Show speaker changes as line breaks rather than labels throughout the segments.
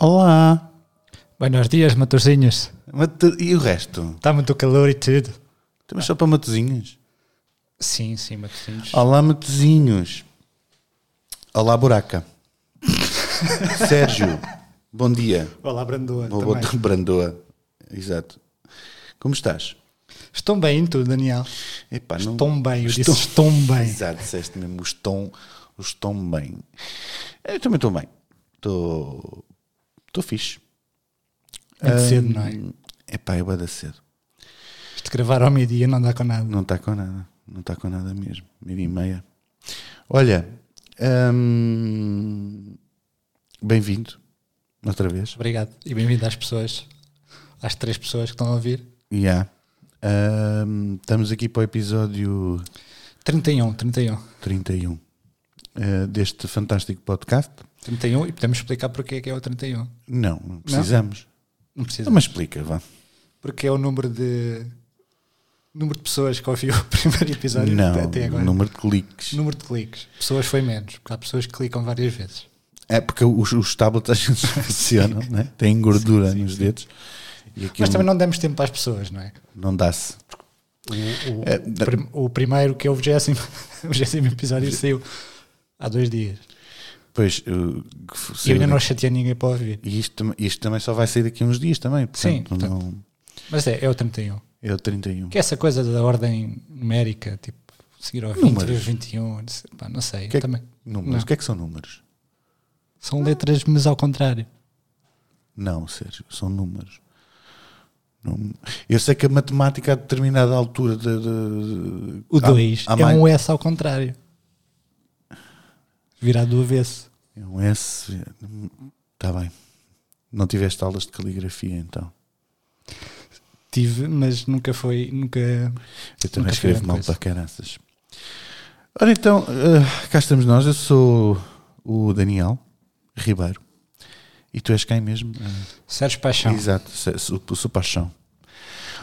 Olá!
Buenos dias, Matosinhos.
Mate- E o resto?
Está Tá muito calor e tudo.
Estamos só para Matozinhos.
Sim, sim, Matosinhos.
Olá, Matozinhos. Olá, Buraca. Sérgio, bom dia.
Oh, Olá, Brandoa.
Vou botar Brandoa. Exato. Como estás?
Estão bem em tudo, Daniel.
Epá, não-
Estão bem, eu disse
Estou-
estão bem.
Exato, disseste mesmo, os estão, os estão bem. Eu também estou bem. Estou. Estou fixe.
É de cedo, não é?
É pá, eu vou dar cedo.
Isto gravar ao meio-dia não dá com nada.
Não está com nada. Não está com nada mesmo. Meia e meia. Olha, hum, bem-vindo. Outra vez.
Obrigado e bem-vindo às pessoas, às três pessoas que estão a ouvir.
Yeah. Hum, estamos aqui para o episódio
31, 31.
31 eh, deste fantástico podcast.
31 e podemos explicar porque é que é o 31.
Não, não precisamos.
Não precisa.
Então, mas explica, vá.
Porque é o número de número de pessoas que ouviu o primeiro episódio
Não,
até agora.
número de cliques.
Número de cliques. Pessoas foi menos, porque há pessoas que clicam várias vezes.
É porque os, os tablets às vezes funcionam, né? têm gordura nos dedos. E aquilo
Mas também não demos tempo às pessoas, não é?
não dá-se.
O, o-
É,
o prim- o primeiro que é o 20, o 20 episódio saiu há dois dias.
Pois, eu, eh, que f-
E eu ainda
saiu né?
não chateei ninguém para ouvir.
E isto, tam- isto também só vai sair daqui a uns dias também.
Sim,
Portanto, não,
Mas é, é o 31.
é o 31.
Que é essa coisa da ordem numérica, tipo, seguir ao 20,
Números.
ver o 21, não sei, um, pá, não sei.
Que é que-
também.
Números. O que é que são números?
São letras, mas ao contrário.
Não, Sérgio, são números. Não- eu sei que a matemática a determinada altura de, de-
O
há-
2
há
é
mais-
um S ao contrário. Virado do avesso.
é um S. Está bem. Não tiveste aulas de caligrafia então.
Tive, mas nunca foi, nunca.
Eu também
Nunca fui
escrevo
grande
mal
coisa.
para caranças. Ora então, eh, cá estamos nós. Eu sou o Daniel Ribeiro. E tu és quem mesmo? Eh,
Sérgio Paixão.
Exato, se- su- su- paixão.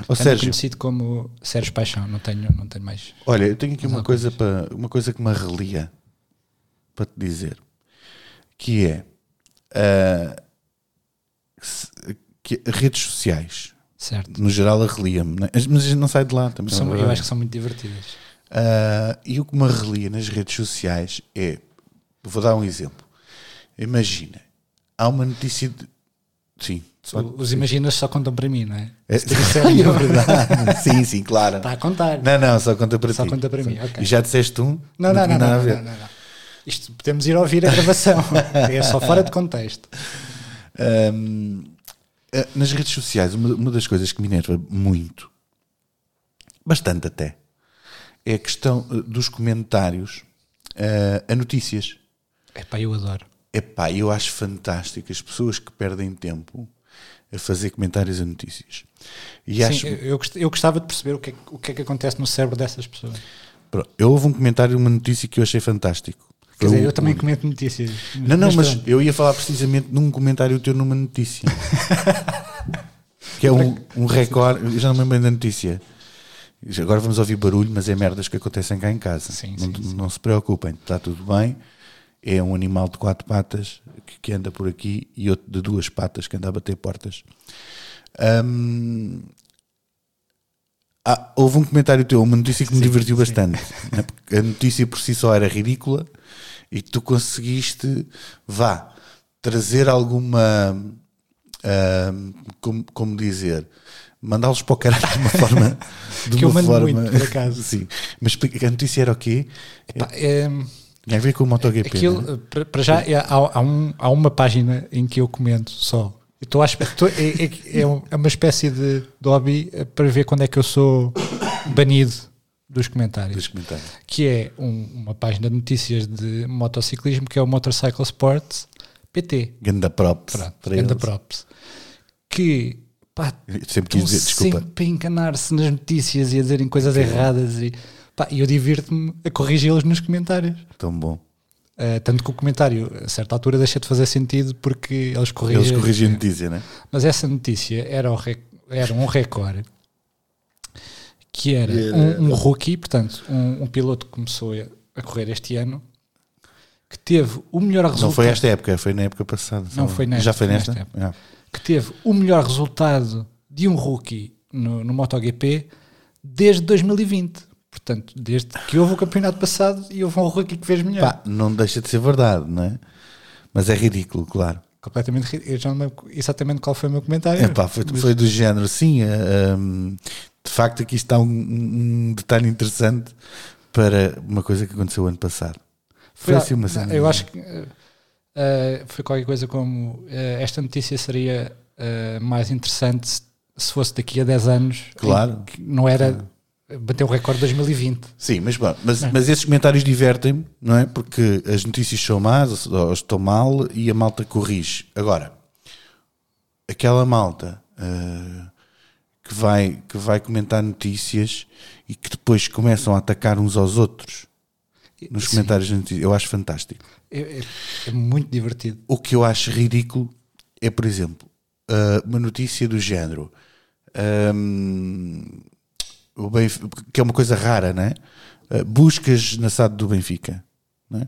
Ó
Também
Sérgio,
É conhecido como Sérgio Paixão, não tenho, não tenho mais.
olha, eu tenho aqui uma
Não
coisa, para, uma coisa que me arrelia para te dizer, que é ah, se- que- redes sociais,
Certo.
no geral arrelia-me, né? Mas- mas não sai de lá também.
São-
não é
eu
verdade?
acho que são muito divertidas.
Ah, e o que me arrelia nas redes sociais é, vou dar um exemplo, imagina, há uma notícia de... Sim, pode-
Os imaginas só contam para mim, não é?
é, é verdade, sim, sim, claro.
Está a contar.
Não, não, só conta para
Só
ti.
conta para mim, ok.
E já disseste um?
Não, não,
tinha
não,
nada a
não,
ver.
não, não, não. Isto podemos ir ouvir a gravação. é só fora de contexto.
Hum, eh, nas redes sociais, uma, uma das coisas que me enerva muito, bastante até, é a questão eh, dos comentários eh, a notícias.
É pá, eu adoro.
Epá, eu acho fantástico as pessoas que perdem tempo a fazer comentários a notícias. E acho.
Sim, eu, eu gost- eu gostava de perceber o que, é, que- o que é que acontece no cérebro dessas pessoas.
Pronto, eu houve um comentário, uma notícia que eu achei fantástico.
Quer
Foi
dizer,
o-
eu também
o-
comento notícias.
Não, não, mas
pronto.
eu ia falar precisamente num comentário teu numa notícia. que é um, um recorde. eu Já não me lembro bem da notícia. Agora vamos ouvir barulho, mas é merdas que acontecem cá em casa.
Sim,
não,
sim,
não se preocupem, está tudo bem. É um animal de quatro patas que, que anda por aqui e outro de duas patas que anda a bater portas. Hum, ah, houve um comentário teu, uma notícia que me divertiu bastante. né? Porque a notícia por si só era ridícula e tu conseguiste, vá, trazer alguma. ahm, como, como dizer? Mandá-los para o caralho de uma forma. De
Que eu
uma
mando
forma,
muito, por acaso.
Sim. Mas explica, a notícia era o quê?
Pá, é,
Tinha a ver com o MotoGP. né?
aquilo, para- para já, é- há, há um- há uma página em que eu comento só. Eu Estou à espera- estou- é, é que é um- é uma espécie de, de hobby eh, para ver quando é que eu sou banido dos comentários.
Dos comentários.
que é um- uma página de notícias de motociclismo que é o Motorcycle Sports PT.
Ganda props.
Pronto,
para
ganda
eles.
props. Que pá,
Eu sempre quis
estão
dizer, desculpa.
sempre a enganar-se nas notícias e a dizerem coisas erradas e pá, e eu divirto-me a corrigi-los nos comentários.
Tão bom.
Ah, tanto que o comentário, a certa altura, deixa de fazer sentido porque eles corrigem.
Eles corrigem a notícia, né?
Mas essa notícia era, o rec- era um recorde que era um, um rookie, portanto, um, um piloto que começou a, a correr este ano que teve o melhor resultado.
Não foi esta época, foi na época passada.
Não,
só-
foi nesta,
Já foi
foi
nesta? Ah.
nesta que teve o melhor resultado de um rookie no, no MotoGP desde 2020. Portanto, desde que houve o campeonato passado e houve um rookie que fez
É.
melhor.
Pá, não deixa de ser verdade, não é? Mas é ridículo, claro.
Completamente ri- Eu já não lembro exatamente qual foi o meu comentário.
É, pá, foi, foi do género, sim. eh, hum, de facto, aqui está um, um detalhe interessante para uma coisa que aconteceu ano passado. Foi assim uma cena.
Eu acho que eh, foi qualquer coisa como eh, esta notícia seria eh, mais interessante se, se fosse daqui a 10 anos. em
Claro.
que não era bater o recorde de 2020.
Sim, mas, bom, mas, mas esses comentários divertem-me, não é? Porque as notícias são más, ou, ou estão mal e a malta corrige. Agora, aquela malta ah, que, vai, que vai comentar notícias e que depois começam a atacar uns aos outros nos
Sim,
comentários das notícias, eu acho fantástico.
é- é- é muito divertido.
O que eu acho ridículo é, por exemplo, ah, uma notícia do género. ehm, ahm, o Benf- que é uma coisa rara, não é? Ah, buscas na SAD do Benfica. não é?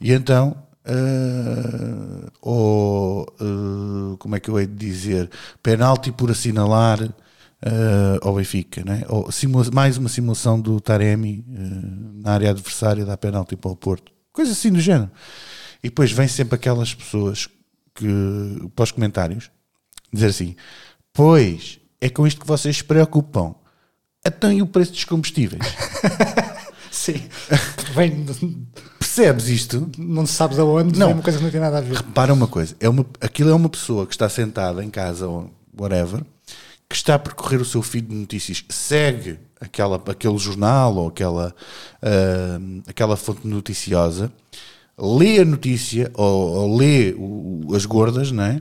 E então, ah, ou ah, como é que eu hei de dizer? Penalti por assinalar ah, ao Benfica, não é? ou simula- mais uma simulação do Taremi ah, na área adversária dá penalti para o Porto, coisa assim do género. E depois vem sempre aquelas pessoas que, para os comentários dizer assim: Pois é com isto que vocês se preocupam. Então, e o preço dos combustíveis?
Sim. Vem,
Percebes isto?
não se sabe de onde,
Não.
não. é uma coisa que não tem nada a ver.
Repara uma coisa: é uma, aquilo é uma pessoa que está sentada em casa ou whatever, que está a percorrer o seu feed de notícias, segue aquela, aquele jornal ou aquela, ah, aquela fonte noticiosa, lê a notícia ou, ou lê o- o- as gordas, não é?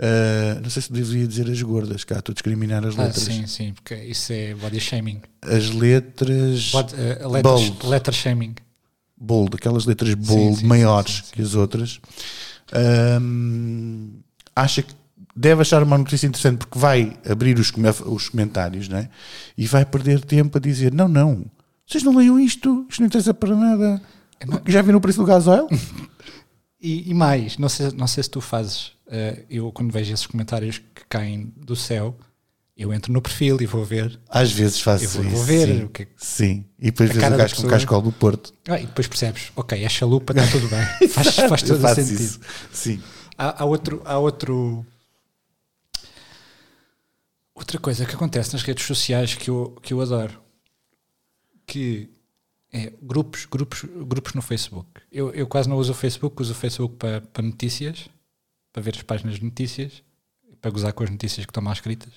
Ah, não sei se devia dizer as gordas, cá estou a discriminar as
Ah,
letras.
sim, sim, porque isso é body shaming.
As letras.
Body, eh,
Bold.
letter, letter shaming.
bold, aquelas letras bold
sim,
maiores
sim, sim,
que as outras, hum, acha que deve achar uma notícia interessante porque vai abrir os, come- os comentários não é? e vai perder tempo a dizer: não, não, vocês não leiam isto, isto não interessa para nada.
É,
Já viram o preço do gasóleo?
E, e mais, não sei, não sei se tu fazes, eh, eu quando vejo esses comentários que caem do céu, eu entro no perfil e vou ver.
Às vezes faço
Eu vou-
isso.
vou ver
sim.
o que é que-
Sim. E depois
A
vês
cara
o
da
gajo com o
pessoa.
cascol do Porto.
Ah, e depois percebes, ok, é chalupa, está tudo bem. faz, faz
Eu
todo o
faço
sentido.
isso. Sim.
Há, há outro, há outro. Outra coisa que acontece nas redes sociais que eu, que eu adoro, que é grupos, grupos, grupos no Facebook. Eu, eu quase não uso o Facebook, uso o Facebook para, para notícias, para ver as páginas de notícias, para gozar com as notícias que estão mal escritas,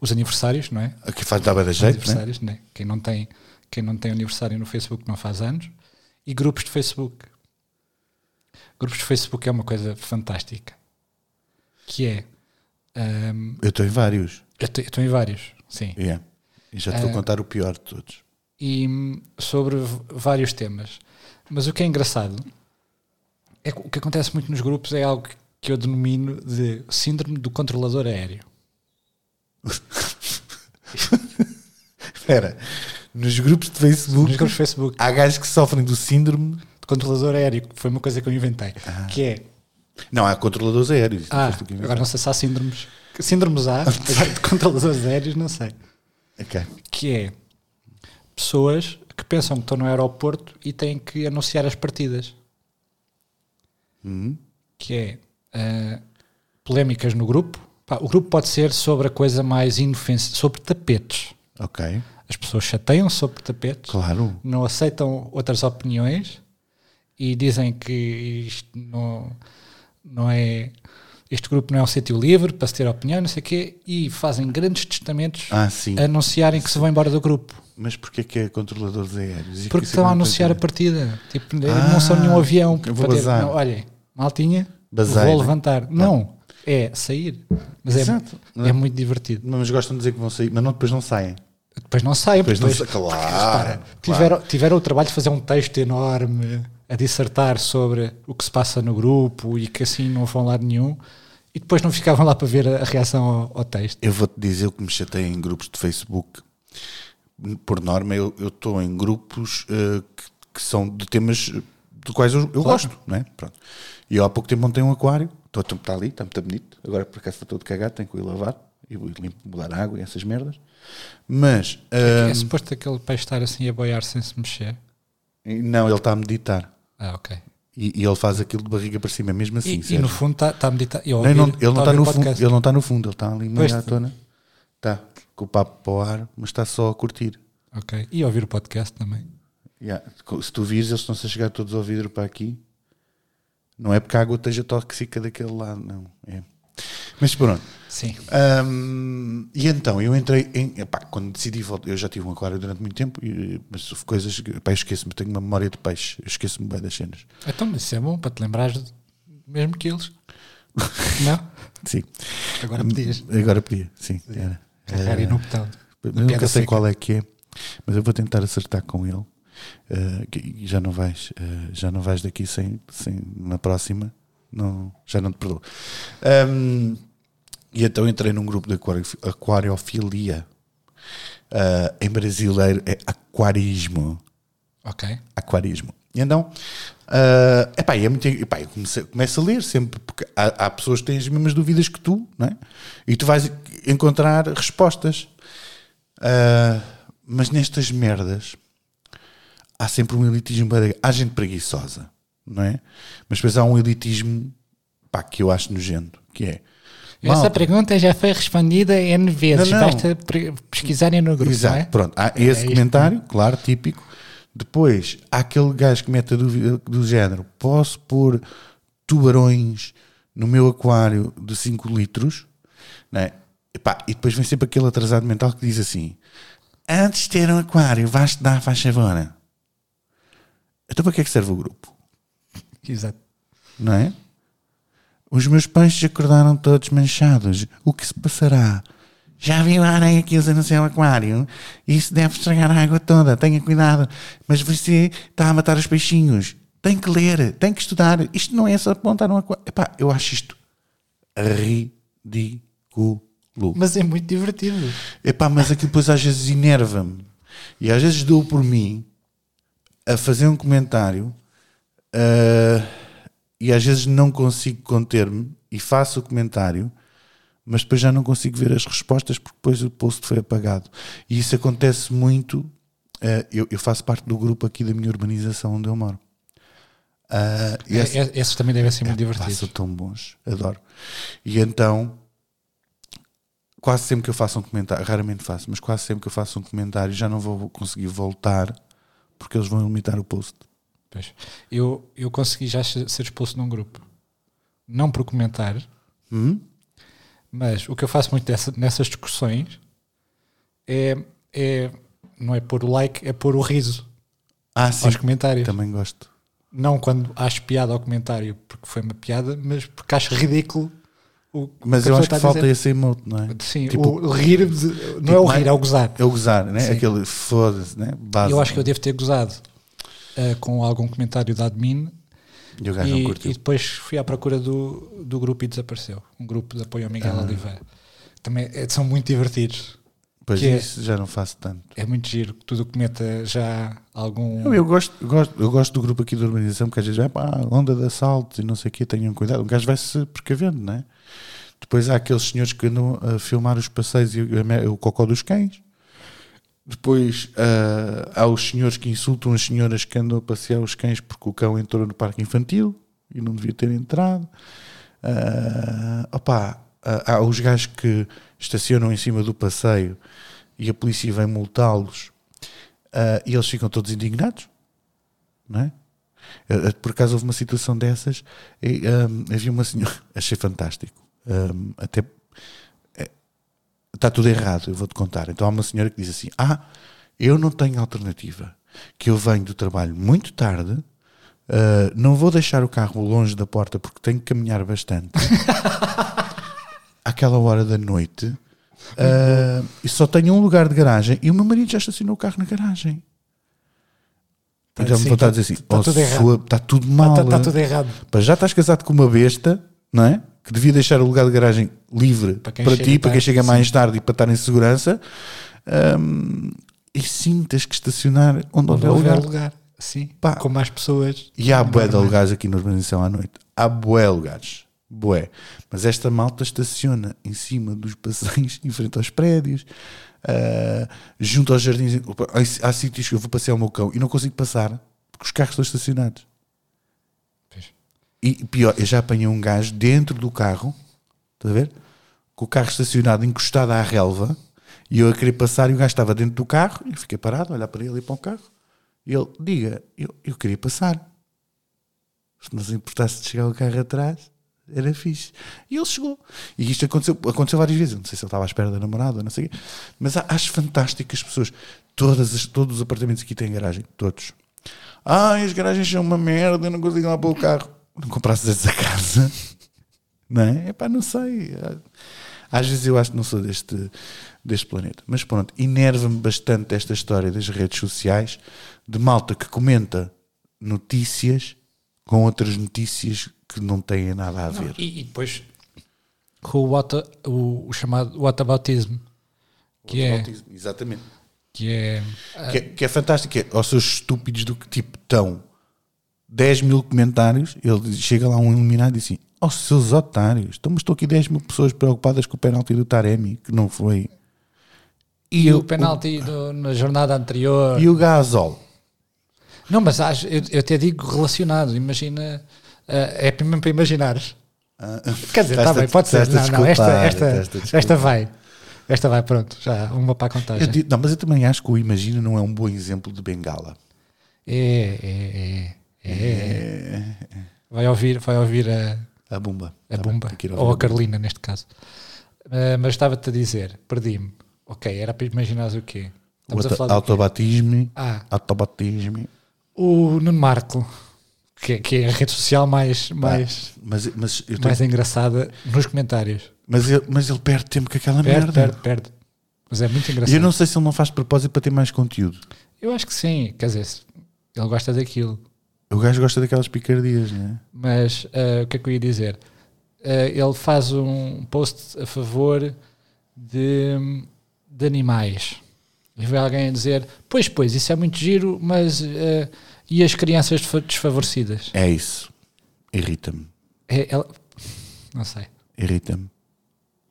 os aniversários, não é?
Aqui faz dava da jeito, né?
aniversários, né? Quem não tem quem não tem aniversário no Facebook não faz anos e grupos de Facebook. Grupos de Facebook é uma coisa fantástica. Que é ahm,
Eu estou em vários.
eu te- eu estou em vários, sim,
Yeah. E já te
Ah.
vou contar o pior de todos.
e hum, sobre v- vários temas. Mas o que é engraçado é que o que acontece muito nos grupos é algo que eu denomino de síndrome do controlador aéreo.
Espera, nos grupos de Facebook
Nos grupos de Facebook
há gajos que sofrem do síndrome.
de controlador aéreo, que foi uma coisa que eu inventei, que é
Não, há controladores aéreos.
Ah,
Não foste tu que
agora não sei se há síndromes. Síndromes há, agora de controladores aéreos, não sei.
inventaste. Ok.
Que é pessoas que pensam que estão no aeroporto e têm que anunciar as partidas. Que é ah, polémicas no grupo. Pá, o grupo pode ser sobre a coisa mais inofensiva, sobre tapetes.
Ok,
As pessoas chateiam sobre tapetes
claro.
não aceitam outras opiniões e dizem que isto não, não é este grupo não é um sítio livre para se ter opinião, não sei o quê, e fazem grandes testamentos
Ah, sim.
a anunciarem que se vão embora do grupo.
Mas porquê que é controladores aéreos? E
Porque
isso é que
estão a
não
anunciar a
entendi.
partida. Tipo,
Ah,
não são nenhum avião.
eu
para
vou
ter-
bazar.
não, olhem, maltinha,
Bazei,
vou
né?
levantar. Não, é sair. Mas é,
Exato.
é muito divertido.
Mas gostam de dizer que vão sair, mas não, depois não saem.
Depois não saem,
Depois
porque
não
depois,
saem. Claro. claro.
Tiveram, tiveram o trabalho de fazer um texto enorme a dissertar sobre o que se passa no grupo e que assim não vão lá nenhum e depois não ficavam lá para ver a a reação ao, ao texto.
Eu vou-te dizer o que me chateia em grupos de Facebook. Por norma, eu eu estou em grupos eh, que, que são de temas de quais eu, eu gosto, não é? Pronto. E eu há pouco tempo montei um aquário, estou- está ali, está muito bonito, agora por acaso está todo cagado, tenho que o ir lavar e vou limpo, mudar a água e essas merdas. Mas, eh,
É suposto aquele peixe estar assim a boiar sem se mexer.
ah, não, ele está a meditar.
Ah, ok.
E, e ele faz aquilo de barriga para cima, mesmo assim.
E, e
Sérgio.
no fundo está a meditar. Eu
Não,
ouvi-
não, ele, não está
tá a ouvir
no
o
fundo,
podcast.
ele não está no fundo, ele está ali
Pois
meio à
está.
tona. Está, com o papo para o ar, mas está só a curtir.
Ok. E ouvir o podcast também.
Ya, co- Se tu vires, eles estão-se a chegar todos ao vidro para aqui. Não é porque a água esteja tóxica daquele lado, não. É. Mas pronto.
Sim.
Hum, e então, eu entrei em. epá, quando decidi voltar, eu já tive um aquário durante muito tempo, e- mas houve coisas. que- Epá, eu esqueço-me, tenho uma memória de peixe, eu esqueço-me bem das cenas.
Então, mas isso é bom para te lembrares de- mesmo que eles. não?
Sim.
Agora pedias.
Agora podia, sim. Era.
Carregar aí no botão.
Eu
Na
nunca
pedra
sei
seca.
qual é que é, mas eu vou tentar acertar com ele. Uh, que- e já não vais, uh, já não vais daqui sem, sem na próxima, não, já não te perdoo. Um, e então entrei num grupo de aquari- aquariofilia. Uh, em brasileiro é aquarismo
Ok.
aquarismo. E então, ah, epá, é muito, epá, eu comecei, começo a ler sempre, porque há, há pessoas que têm as mesmas dúvidas que tu, não é? E tu vais encontrar respostas. Ah, mas nestas merdas há sempre um elitismo. bué- Há gente preguiçosa, não é? Mas depois há um elitismo pá, que eu acho nojento, que é.
Essa
malta,
pergunta já foi respondida N vezes.
Não, não.
Basta pre- pesquisarem no grupo,
Exato,
não é?
pronto. Há esse
isto.
comentário, claro, típico. Depois, há aquele gajo que mete a dúvida do género: posso pôr tubarões no meu aquário de 5 litros? Né? Epá, e depois vem sempre aquele atrasado mental que diz assim: antes de ter um aquário, vais te dar, faz favor. Então, para que é que serve o grupo?
Exato.
não é? Os meus peixes acordaram todos manchados. O que se passará? Já viu a areia que usa no seu aquário? Isso deve estragar a água toda. Tenha cuidado. Mas você está a matar os peixinhos. Tem que ler, tem que estudar. Isto não é só apontar um aquário. Epá, eu acho isto ridículo.
Mas é muito divertido.
Epá, mas aquilo depois às vezes enerva-me. E às vezes dou por mim a fazer um comentário ah, e às vezes não consigo conter-me e faço o comentário, mas depois já não consigo ver as respostas porque depois o post foi apagado. E isso acontece muito. ah, eu, eu faço parte do grupo aqui da minha urbanização onde eu moro. Ah, e essa-
É- Esses também devem ser muito
Pá, são
divertidos.
tão bons, adoro. E então, quase sempre que eu faço um comentário, raramente faço, mas quase sempre que eu faço um comentário já não vou conseguir voltar porque eles vão limitar o post.
Pois. Eu, eu consegui já se- ser expulso num grupo. Não por comentar,
Hum?
mas o que eu faço muito dessa- nessas discussões é, é- não é pôr o like, é pôr o riso
Ah, sim,
aos comentários.
também gosto.
Não quando acho piada ao comentário porque foi uma piada, mas porque acho ridículo o que
Mas
a
eu
pessoa
acho
está
que
a
falta
dizer.
esse emote, não é?
Sim,
tipo-
o rir, de- não é o
mais-
rir, é o gozar.
É o gozar, né?
Sim.
Aquele foda-se, né? Base,
Eu acho que eu devo ter gozado eh, com algum comentário da admin
E o gajo não
e,
curtiu.
e depois fui à procura do, do grupo e desapareceu. Um grupo de apoio ao Miguel
Ah.
Oliveira. Também é- são muito divertidos.
Pois
que é-
isso já não faço tanto.
É muito giro que tu documenta já algum.
Eu, eu gosto, eu gosto, eu gosto do grupo aqui da urbanização, porque às vezes vai pá, onda de assalto e não sei o quê, tenham cuidado. O gajo vai-se precavendo, não é? Depois há aqueles senhores que andam a filmar os passeios e o, a mer- o cocó dos cães. Depois ah, há os senhores que insultam as senhoras que andam a passear os cães porque o cão entrou no parque infantil e não devia ter entrado. Ah, opá, ah, há os gajos que estacionam em cima do passeio e a polícia vem multá-los ah, e eles ficam todos indignados, não é? Ah, ah, Por acaso houve uma situação dessas e ah, havia uma senhora, achei fantástico, Ah, até eh, está tudo errado, eu vou-te contar. Então há uma senhora que diz assim: Ah, eu não tenho alternativa, que eu venho do trabalho muito tarde. ah, não vou deixar o carro longe da porta porque tenho que caminhar bastante àquela hora da noite ah, e só tenho um lugar de garagem e o meu marido já estacionou o carro na garagem.
Tá,
Então me
sim,
vontade de
tá-
dizer assim:
tá
"Oh,
tudo errado."
sua- tá tudo mal.
Está tudo errado.
Pá, já estás casado com uma besta, não é? Que devia deixar o lugar de garagem livre para,
quem chega
ti, para quem
tarde,
chega mais tarde e para estar em segurança. Hum, e sim, tens que estacionar onde houver
Houver
lugar.
lugar. Sim,
Pá.
com mais pessoas.
E há bué de
Enorme.
lugares aqui na urbanização à noite. Há bué lugares. Bué. Mas esta malta estaciona em cima dos passeios, em frente aos prédios, ah, junto aos jardins. Opa, Há, há sítios que eu vou passear o meu cão e não consigo passar porque os carros estão estacionados.
Pois.
E pior, eu já apanhei um gajo dentro do carro, estás a ver? Com o carro estacionado encostado à relva e eu a querer passar e o gajo estava dentro do carro e eu fiquei parado a olhar para ele e para o carro. E ele, diga, eu, eu queria passar. Se não se importasse de chegar o carro atrás, era fixe. E ele chegou. E isto aconteceu, aconteceu várias vezes. Eu Não sei se ele estava à espera da namorada, ou não sei o quê. Mas a- acho fantástico que as pessoas. Todas as- todos os apartamentos aqui têm garagem. Todos. Ai, as garagens são uma merda, eu não consigo lá pôr o carro. Não comprasses essa casa. Não é? Epá, não sei. Às vezes eu acho que não sou deste, deste planeta. Mas pronto, enerva-me bastante esta história das redes sociais, de malta que comenta notícias com outras notícias que não têm nada a ver.
E, e depois com o, what, o, o chamado whataboutism, que é,
Exatamente.
que é
Que, é- que é fantástico. Que é, aos seus estúpidos do que tipo estão 10 mil comentários, ele diz- chega lá um iluminado e diz assim: aos seus otários, então, mas estou aqui 10 mil pessoas preocupadas com o penalti do Taremi, que não foi.
e
eu-
o penalti do- na jornada anterior.
E o Gasol?
Não, mas acho- eu, eu até digo relacionado. Imagina, eh, é mesmo para imaginares. Quer dizer, está
Estás-te a-
bem, pode ser.
estás-te a
Não, não, esta,
desculpar,
esta,
estás-te a
esta, vai. Esta vai, pronto. Já uma para a
Eu
contagem.
digo- não, mas eu também acho que o Imagina não é um bom exemplo de bengala.
É, é, é, é. Vai ouvir, vai ouvir a,
A bomba.
a
Tá bem,
Bumba.
tem que ir ouvir
Ou
a
a Carolina, neste caso. Eh, mas estava-te a dizer, perdi-me. Ok, era para imaginares o quê?
O
Estamos a
auto-
falar do quê?
autobatismo.
Ah,
Autobatismo.
o Nuno Marco, que, é- que é a rede social mais, mais,
Mas, mas, eu tenho-
mais engraçada nos comentários.
mas, ele, mas ele perde tempo com aquela
Perde,
merda.
perde, perde. Mas é muito
E
engraçado.
eu não sei se ele não faz de propósito para ter mais conteúdo.
Eu acho que sim, quer dizer, se- ele gosta daquilo.
O gajo gosta daquelas picardias, né?
Mas ah, o que é que eu ia dizer? Ah, ele faz um post a favor de, de animais. E vê alguém a dizer: Pois, pois, isso é muito giro, mas. ah, e as crianças desfa- desfavorecidas?
É isso. Irrita-me.
É, ela- não sei.
Irrita-me.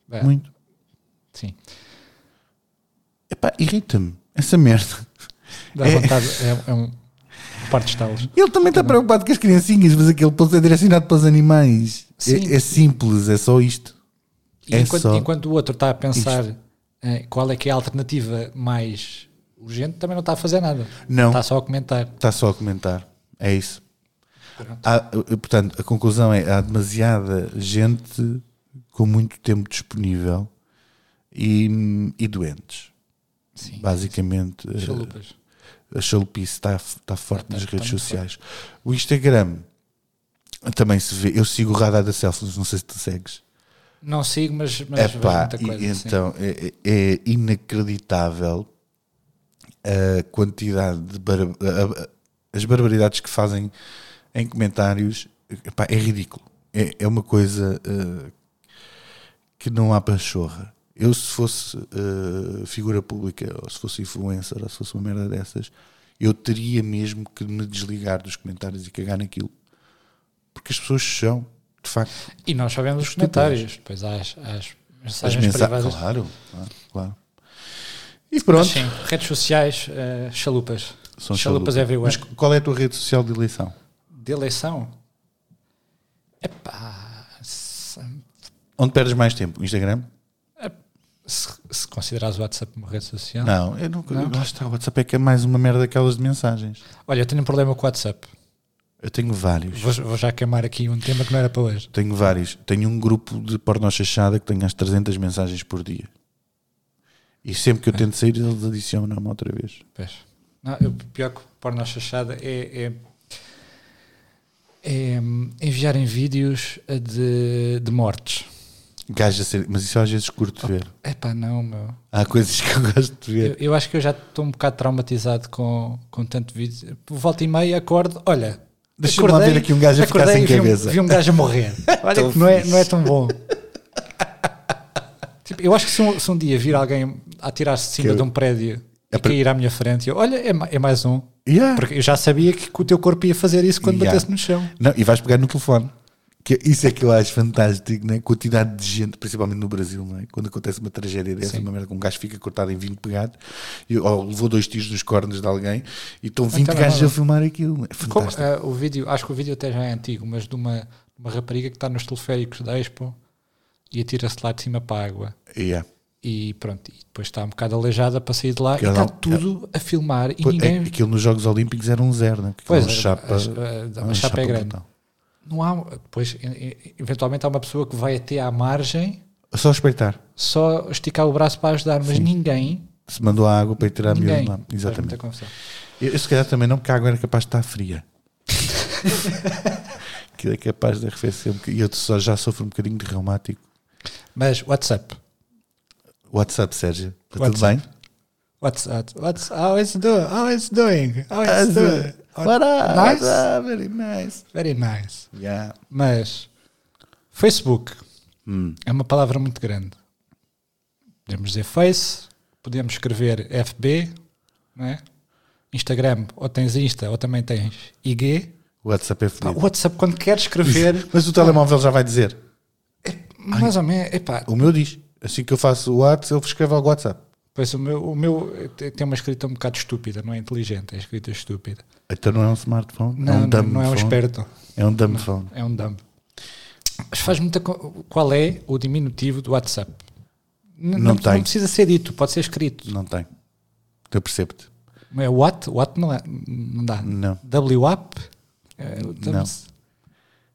Bem,
Muito.
Sim.
Epá, irrita-me. Essa merda.
Dá
É.
vontade. É, é um. Parte de estalos.
Ele também está preocupado com as criancinhas, mas aquele posto é direcionado para os animais.
Sim.
É, é simples, é só isto.
E
É
enquanto,
só
enquanto o outro está a pensar eh, qual é que é a alternativa mais urgente, também não está a fazer nada.
Não.
Está só a comentar.
Está só a comentar. É isso.
Pronto.
Há, eh, portanto, a conclusão é: há demasiada gente com muito tempo disponível e, e doentes.
Sim.
Basicamente, eh,
Chalupas.
a chalupice está, está forte nas
tá
redes
muito
sociais. O Instagram também se vê. Eu sigo o radar da Selfies, não sei se tu segues.
Não sigo, mas, mas
É
vejo
pá,
muita coisa.
e,
sim.
então é, é- é inacreditável a quantidade de bar- a- a- as barbaridades que fazem em comentários. Epá, é ridículo. É, é uma coisa eh, que não há pachorra. Eu, se fosse eh, figura pública, ou se fosse influencer, ou se fosse uma merda dessas, eu teria mesmo que me desligar dos comentários e cagar naquilo. Porque as pessoas são, de facto,
E nós só vemos os
Estúpidas.
comentários. Depois há as, as
as
mensagens
mensagens.
privadas.
Claro, claro, claro. E
Mas
pronto.
sim, redes sociais, eh, chalupas.
São
chalupas
chalupas.
everywhere.
Mas qual é a tua rede social de eleição?
De eleição? Epá, se,
Onde perdes mais tempo? Instagram?
se, se considerares o WhatsApp uma rede social.
Não, eu não, Lá está, o WhatsApp é que é mais uma merda daquelas de mensagens.
Olha, eu tenho um problema com o WhatsApp.
Eu tenho vários.
Vou, vou já queimar aqui um tema que não era para hoje.
Tenho vários. Tenho um grupo de porno chachada que tem as 300 mensagens por dia. E sempre que eu tento sair, eles adicionam-me outra vez.
Pois. Não, eu- pior que porno à chachada é, é- é, hum, enviarem vídeos a de, de mortes.
Gajo a ser- mas isso eu às vezes curto de ver.
Epá, não, meu.
Há coisas que eu gosto de
Eu,
ver.
eu acho que eu já estou um bocado traumatizado com, com tanto vídeo. Volta e meia, acordo, olha.
Deixa-me lá ver aqui um gajo a ficar
acordei
sem
e vi um-
cabeça.
Vi um gajo a morrer. Olha,
Tão
que não é,
fixe.
não é tão bom. Tipo, eu acho que se um, se um dia vir alguém a tirar-se de cima
Que eu-
de um prédio
É
e
pra-
cair à minha frente, eu, olha, é, ma- é mais um.
Yeah.
Porque eu já sabia que, que o teu corpo ia fazer isso quando
Yeah.
batesse no chão.
Não, e vais pegar no telefone. Que isso é que eu acho fantástico, né? Quantidade de gente, principalmente no Brasil, não é? Quando acontece uma tragédia dessa, uma merda, que um gajo fica cortado em 20 pegados, e- ou levou dois tiros nos cornos de alguém, e estão 20
Então,
gajos
olha.
a filmar aquilo. É
Como,
fantástico.
ah, o vídeo, acho que o vídeo até já é antigo, mas de uma, uma rapariga que está nos teleféricos da Expo e atira-se lá de cima para a água.
Yeah.
E pronto, e depois está um bocado aleijada para sair de lá
Que
e
ela
está
não-
tudo a filmar e
um- Pô, é-
ninguém.
Aquilo nos Jogos Olímpicos era um zero, né? Porque
Pois,
aquilo é um chapa,
as- a- a-
é
uma
um
chapa é grande.
brutal.
Não há, depois, e- e- eventualmente há uma pessoa que vai até à margem
É Só respeitar.
só esticar o braço para ajudar, mas ninguém.
Se mandou a água para ir tirar a miúda
Ninguém.
de lá.
Faz muita
Exatamente.
confusão.
Eu, eu se calhar também não, porque a água era capaz de estar fria. Aquilo é capaz de arrefecer um bocadinho. E eu só, já sofro um bocadinho de reumático.
Mas WhatsApp.
WhatsApp, Sérgio. Está
WhatsApp.
tudo bem?
What's that? What's how it's doing? How it's doing? How it's doing?
What up? What
Nice?
up? Very nice.
Very nice.
Yeah.
Mas Facebook
Hum.
é uma palavra muito grande. Podemos dizer Face, podemos escrever FB, não é? Instagram, ou tens Insta, ou também tens IG.
O WhatsApp é
Pá,
fodido.
o WhatsApp, quando queres escrever,
Mas o telemóvel já vai dizer.
mais ou menos, epá,
O meu diz. Assim que eu faço o WhatsApp, eu escrevo ao WhatsApp.
pois o meu, o meu te- tem uma escrita um bocado estúpida, não é inteligente, é escrita estúpida.
Então não é um smartphone? é
Não,
um
não,
dumb
não é um
phone.
esperto,
É um dumb phone.
é um dumb. Mas faz muita. co- Qual é o diminutivo do WhatsApp? N-
Não
não,
tem.
não precisa ser dito, pode ser escrito.
Não tem. Eu percebo-te.
Não é what? What não, é, não dá.
Não.
WAP? É, estamos-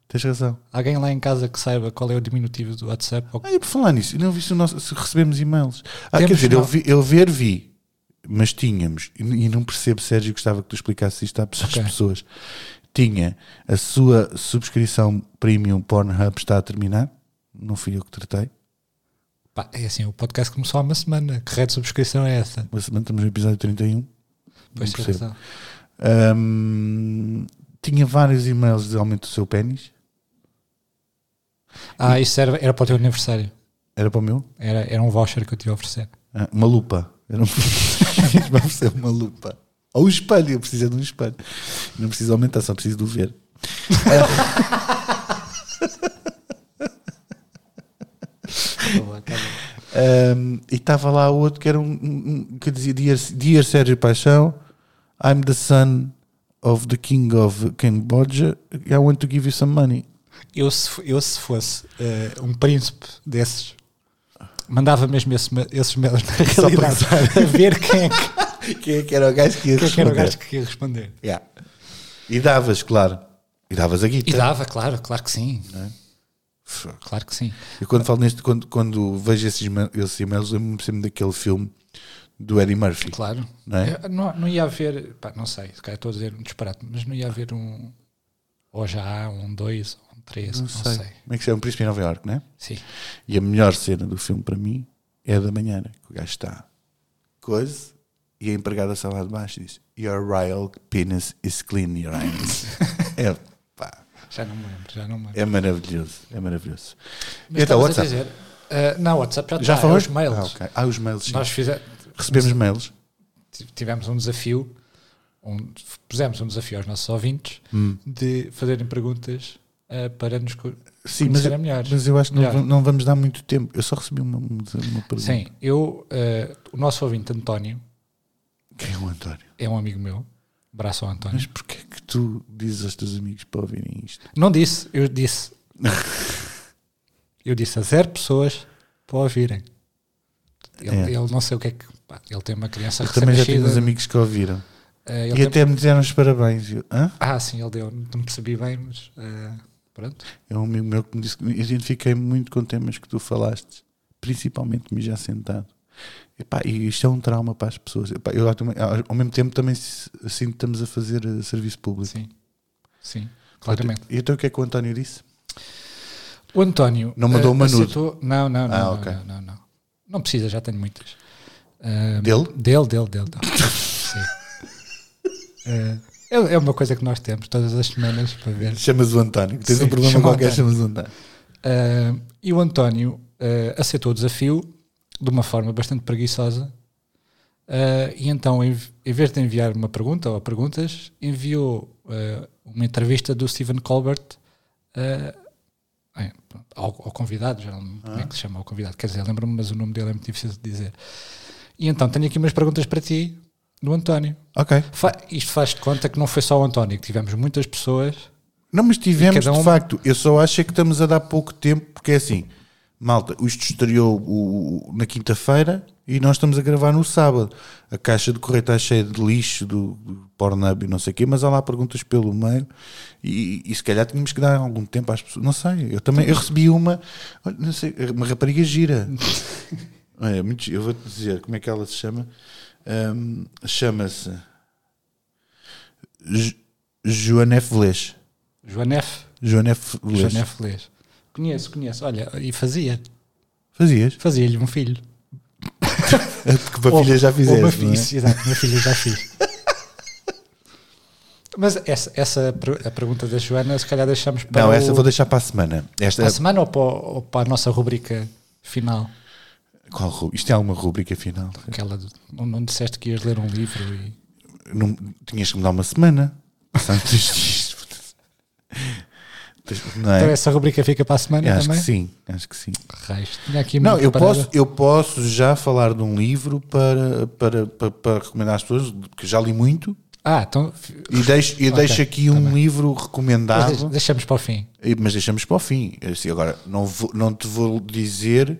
Tens razão.
Alguém lá em casa que saiba qual é o diminutivo do WhatsApp? Ou-
Ah, e por falar nisso, eu não vi se, o nosso- se recebemos e-mails. Ah,
Temos
quer dizer,
não.
eu, vi, eu ver vi, mas tínhamos, e, e não percebo, Sérgio, gostava que tu explicasses isto às pessoas-
Ok.
às pessoas. Tinha a sua subscrição premium Pornhub está a terminar, não fui eu que tratei,
Pá, é assim, o podcast começou há uma semana. Que rede de subscrição é essa?
mas semana estamos no episódio 31.
Pois
não
tem
percebo.
razão.
Ahm, tinha vários e-mails de aumento do seu pênis,
Ah, isso era, era para o teu aniversário.
era para o meu?
Era, era um voucher que eu te ia oferecer.
Ah, Uma lupa. Era um... Vai ser uma lupa. Ou um espelho, eu preciso é de um espelho. Não preciso aumentar, só preciso do ver. Ah, Um, e estava lá outro que era um, um- um- que dizia Dear, Dear Sérgio Paixão, I'm the son of the king of Cambodia. I want to give you some money.
Eu, se, fo- eu, se fosse eh, um príncipe desses, mandava mesmo esse, ma- esses mails na
Só para
realidade a ver quem é que,
Quem é que era o gajo que ia
quem é que era o
responder?
gajo que ia responder.
Yeah. E davas, claro. E davas aqui.
E dava, claro, claro que sim.
é?
Claro que sim.
Eu quando falo neste, quando, quando vejo esses, ma- esses e-mails, lembro-me sempre daquele filme do Eddie Murphy.
Claro.
Não é?
Eu- Não, não ia haver, pá, não sei, se calhar estou a dizer um disparate, mas não ia haver um. Ou já há um, dois, um, três, não, sei.
Como é que se chama? Um Príncipe em Nova Iorque, não é?
Sim.
E a melhor cena do filme para mim é a da manhã, que o gajo está coisa e a empregada sai lá de baixo e diz Your royal penis is clean, your hands. é, pá,
Já não me lembro, já não me lembro.
é maravilhoso, é maravilhoso. então,
Mas estavas a
WhatsApp.
dizer, ah, não, WhatsApp já,
Já
está,
falamos?
é os mails.
Ah, ok. Ah, os mails. sim.
Nós fizemos,
Recebemos mails.
tivemos um desafio, um, pusemos um desafio aos nossos ouvintes de fazerem perguntas ah, para nos co-
Sim, mas,
conhecer
eu-
a melhor.
mas eu acho que não,
Melhor.
va- não vamos dar muito tempo. Eu só recebi uma, uma pergunta.
Sim, eu, ah, o nosso ouvinte António
Quem é o António?
é um amigo meu, braço ao António.
Mas porquê que tu dizes aos teus amigos para ouvirem isto?
Não disse, eu disse. eu disse a zero pessoas para ouvirem. Ele,
É.
ele não sei o que é que. pá, ele tem uma criança
Eu também já tenho uns
recém-nascida.
amigos que ouviram.
eh, ele
E
tem-
até me disseram os parabéns. Eu, Hã?
Ah, sim, ele deu. Não percebi bem, mas. eh, pronto.
É um amigo meu que me disse que me identifiquei muito com temas que tu falaste, principalmente me já sentado. Epá, e isto é um trauma para as pessoas. Epá, eu, ao- ao mesmo tempo também se- sinto que estamos a fazer eh, serviço público.
Sim. Sim, claramente.
E então o que é que o António disse?
O António.
Não mandou
eh,
uma nude?
aceitou- Não, não, não.
Ah,
não,
ok.
não, não, não. Não precisa, já tenho muitas. Eh,
Dele?
Dele, dele, dele. dele. sim. Eh, é, é uma coisa que nós temos todas as semanas para ver.
Chamas o António. que Tens
Sim,
um problema
chama o
qualquer,
António.
chamas o António.
Ah, e o António ah, aceitou o desafio de uma forma bastante preguiçosa Ah, e então, em, em vez de enviar uma pergunta ou perguntas, enviou ah, uma entrevista do Stephen Colbert ah, é, pronto, ao, ao convidado, já não me lembro como é que se chama o convidado, quer dizer, lembro-me, mas o nome dele é muito difícil de dizer. E então, tenho aqui umas perguntas para ti, do António.
Ok.
Fa- isto faz de conta que não foi só o António, que tivemos muitas pessoas.
Não, mas tivemos
Cada um-
de facto. Eu só acho é que estamos a dar pouco tempo, porque é assim, malta, isto estreou o- o- na quinta-feira e nós estamos a gravar no sábado. A caixa de correio está cheia de lixo, do, do Pornhub e não sei o quê, mas há lá perguntas pelo meio e, e se calhar tínhamos que dar algum tempo às pessoas. Não sei, eu também eu recebi uma, olha, não sei, uma rapariga gira. É, muito gi- eu vou-te dizer como é que ela se chama. Ahm, Chama-se Jo- Joana F. Vlês.
Joana F.
Joana F. Lês.
Joana F. Lês. é Conheço, conheço. Olha, e fazia.
Fazias?
Fazia-lhe um filho.
Porque para
Ou-
filha É já
ou
fizeste.
Uma
não é?
filha, exato, uma filha já fiz. Mas essa, essa per- a pergunta da Joana, se calhar deixamos para,
Não,
o-
essa vou deixar para a semana. Esta é
para a semana ou para, o- ou para a nossa rubrica final?
qual ru- Isto é alguma rubrica final?
Aquela de, não, não disseste que ias ler um livro e.
Não, tinhas que me dar uma semana. Santos dias. Tens- Não
Então
é?
essa rubrica fica para a semana
Eu acho
também?
que sim, acho que sim.
Raios, tinha aqui uma
Não, eu
preparada.
posso, eu posso já falar de um livro para, para, para, para recomendar às pessoas, que já li muito,
Ah, então f-
e deixo, e deixo aqui
Tá
um livro recomendado.
deix- deixamos para o fim.
E- Mas deixamos para o fim. Assim, agora, não, vou- não te vou dizer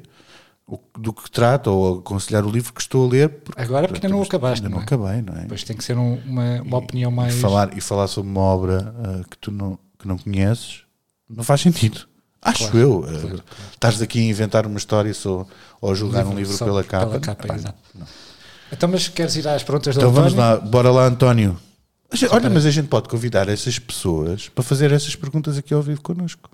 o- do que trata ou aconselhar o livro que estou a ler, porque
Agora porque ainda não acabaste,
ainda
não
não
é?
acabei, não é?
Depois tem que ser um- uma, uma opinião
E
mais.
falar, e falar sobre uma obra ah, que tu não, que não conheces não faz sentido. Acho
Claro,
eu. Ah, Estás aqui a inventar uma história só, ou a julgar um livro
só
pela capa. Epá,
exato. Então, mas queres ir às perguntas
Então
do
vamos
António?
lá, bora lá, António. A gente- Olha, mas a gente pode convidar essas pessoas para fazer essas perguntas aqui ao vivo connosco.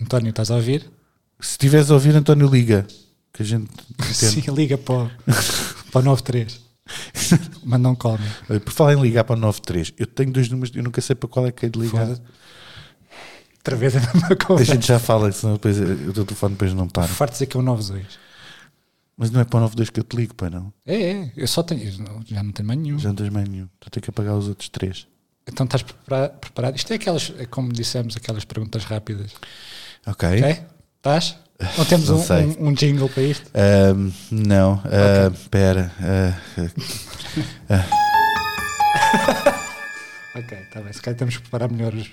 António, estás a ouvir?
Se estiveres a ouvir, António, liga. Que a gente entende.
Sim, liga para o, para o 93. Manda um call. né?
Olha, Por falar em ligar para o 93, eu tenho dois números, eu nunca sei para qual é que é de ligar.
Foda-se. Outra vez a mesma
A
coisa.
gente já fala, senão depois eh, o teu telefone depois não para.
Farto dizer que é o 92.
Mas não é para o 92 que eu te ligo, pai, não.
É, é, eu só tenho. eu não- já não tenho mais nenhum.
Já não tens mais nenhum. Tu tens que apagar os outros três.
Então estás prepara- preparado? Isto é aquelas, é como dissemos, aquelas perguntas rápidas.
Ok.
Ok? Estás? Não temos
Não
um-
sei.
um- um jingle para isto?
Ahm, não, ah, pera. ah,
Ok, está bem. Se calhar temos que preparar melhor os.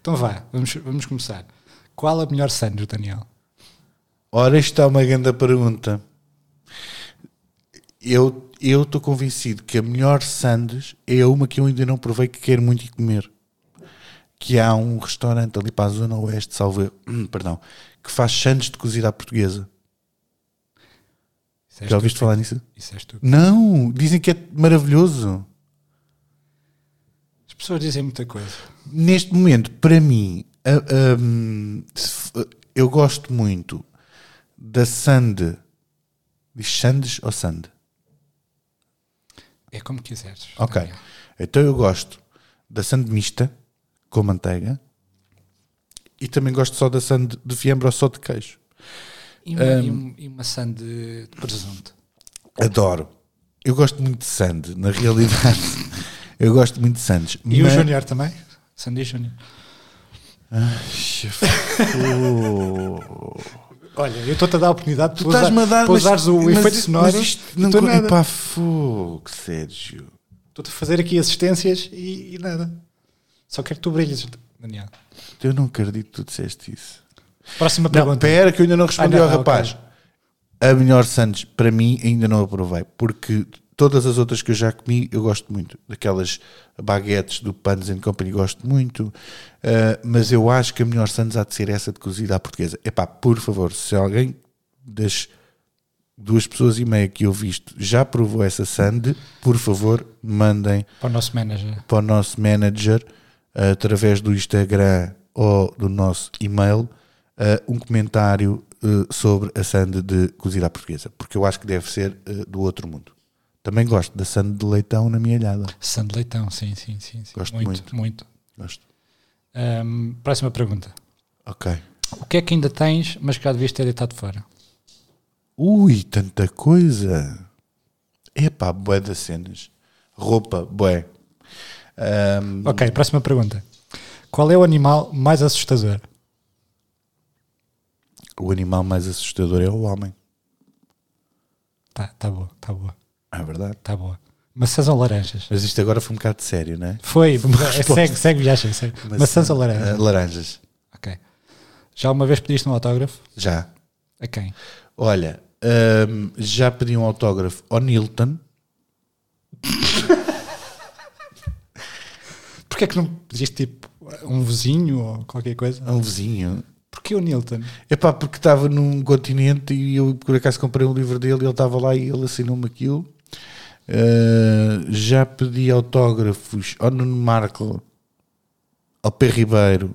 Então vá, vamos, vamos começar. Qual a melhor Santos, Daniel?
Ora, isto é uma grande pergunta. Eu eu estou convencido que a melhor sandes é uma que eu ainda não provei que quero muito ir comer. Que há um restaurante ali para a zona oeste, salvo eu, perdão, que faz sandes de cozida à portuguesa.
Isso és
Já
tu,
ouviste falar nisso?
Isso és tu.
Não, dizem que é maravilhoso.
As pessoas dizem muita coisa.
Neste momento, para mim, a- a- se f- eu gosto muito da sande. Diz sandes ou sande?
É como quiseres.
Ok.
Daniel.
Então eu gosto da sande mista com manteiga e também gosto só da sande de fiambre ou só de queijo.
E uma, e um- e uma sand de de presunto.
Adoro. Eu gosto muito de sande, na realidade. eu gosto muito de sandes.
E o
mas-
Júnior também? Sandy Júnior.
Oh.
Olha, eu estou-te a dar a oportunidade
Tu estás-me a dar
para
mas-
usares o
mas-
efeito sonoro.
Mas isto não
estou
co-
nada.
Epá, fogo, Sérgio.
Estou-te a fazer aqui assistências e, e nada. Só quero que tu brilhes, Daniel.
Eu não acredito que tu disseste isso.
Próxima
Não,
pergunta.
pera, que eu ainda não respondi
Ah, não,
ao
ah,
rapaz. A melhor Santos, para mim, ainda não aprovei, porque todas as outras que eu já comi, eu gosto muito. Daquelas baguetes do Panos and Company, gosto muito. Ah, mas eu acho que a melhor Santos há de ser essa de cozida à portuguesa. Epá, por favor, se alguém das duas pessoas e meia que eu visto já provou essa Sande, por favor, mandem
Para o nosso manager.
para o nosso manager eh, através do Instagram ou do nosso e-mail eh, um comentário eh, sobre a sande de cozida à portuguesa, porque eu acho que deve ser eh, do outro mundo. Também gosto da sande de leitão na minha alhada.
Sand de leitão, sim, sim, sim. sim.
Gosto
muito. muito.
Gosto.
Ahm, próxima pergunta.
Ok.
O que é que ainda tens, mas que já devias ter deitado fora?
Ui, tanta coisa. Epá, bué das cenas. Roupa, bué. Ahm,
Ok, próxima pergunta. Qual é o animal mais assustador?
O animal mais assustador é o homem.
Tá, tá boa, tá boa,
É verdade.
tá boa. Maçãs ou laranjas?
Mas isto agora foi um bocado sério, não é?
Foi, segue, segue viagem, segue. Maçãs ou laranjas?
Ah, Laranjas.
Ok. Já uma vez pediste um autógrafo?
Já.
A quem?
Olha, ahm, já pedi um autógrafo ao Nilton.
Porquê é que não pediste tipo um vizinho ou qualquer coisa?
a um vizinho.
Porquê o Nilton?
Epá, porque estava num continente e eu por acaso comprei um livro dele e ele estava lá e ele assinou-me aquilo. Ah, já pedi autógrafos ao Nuno Marco, ao P. Ribeiro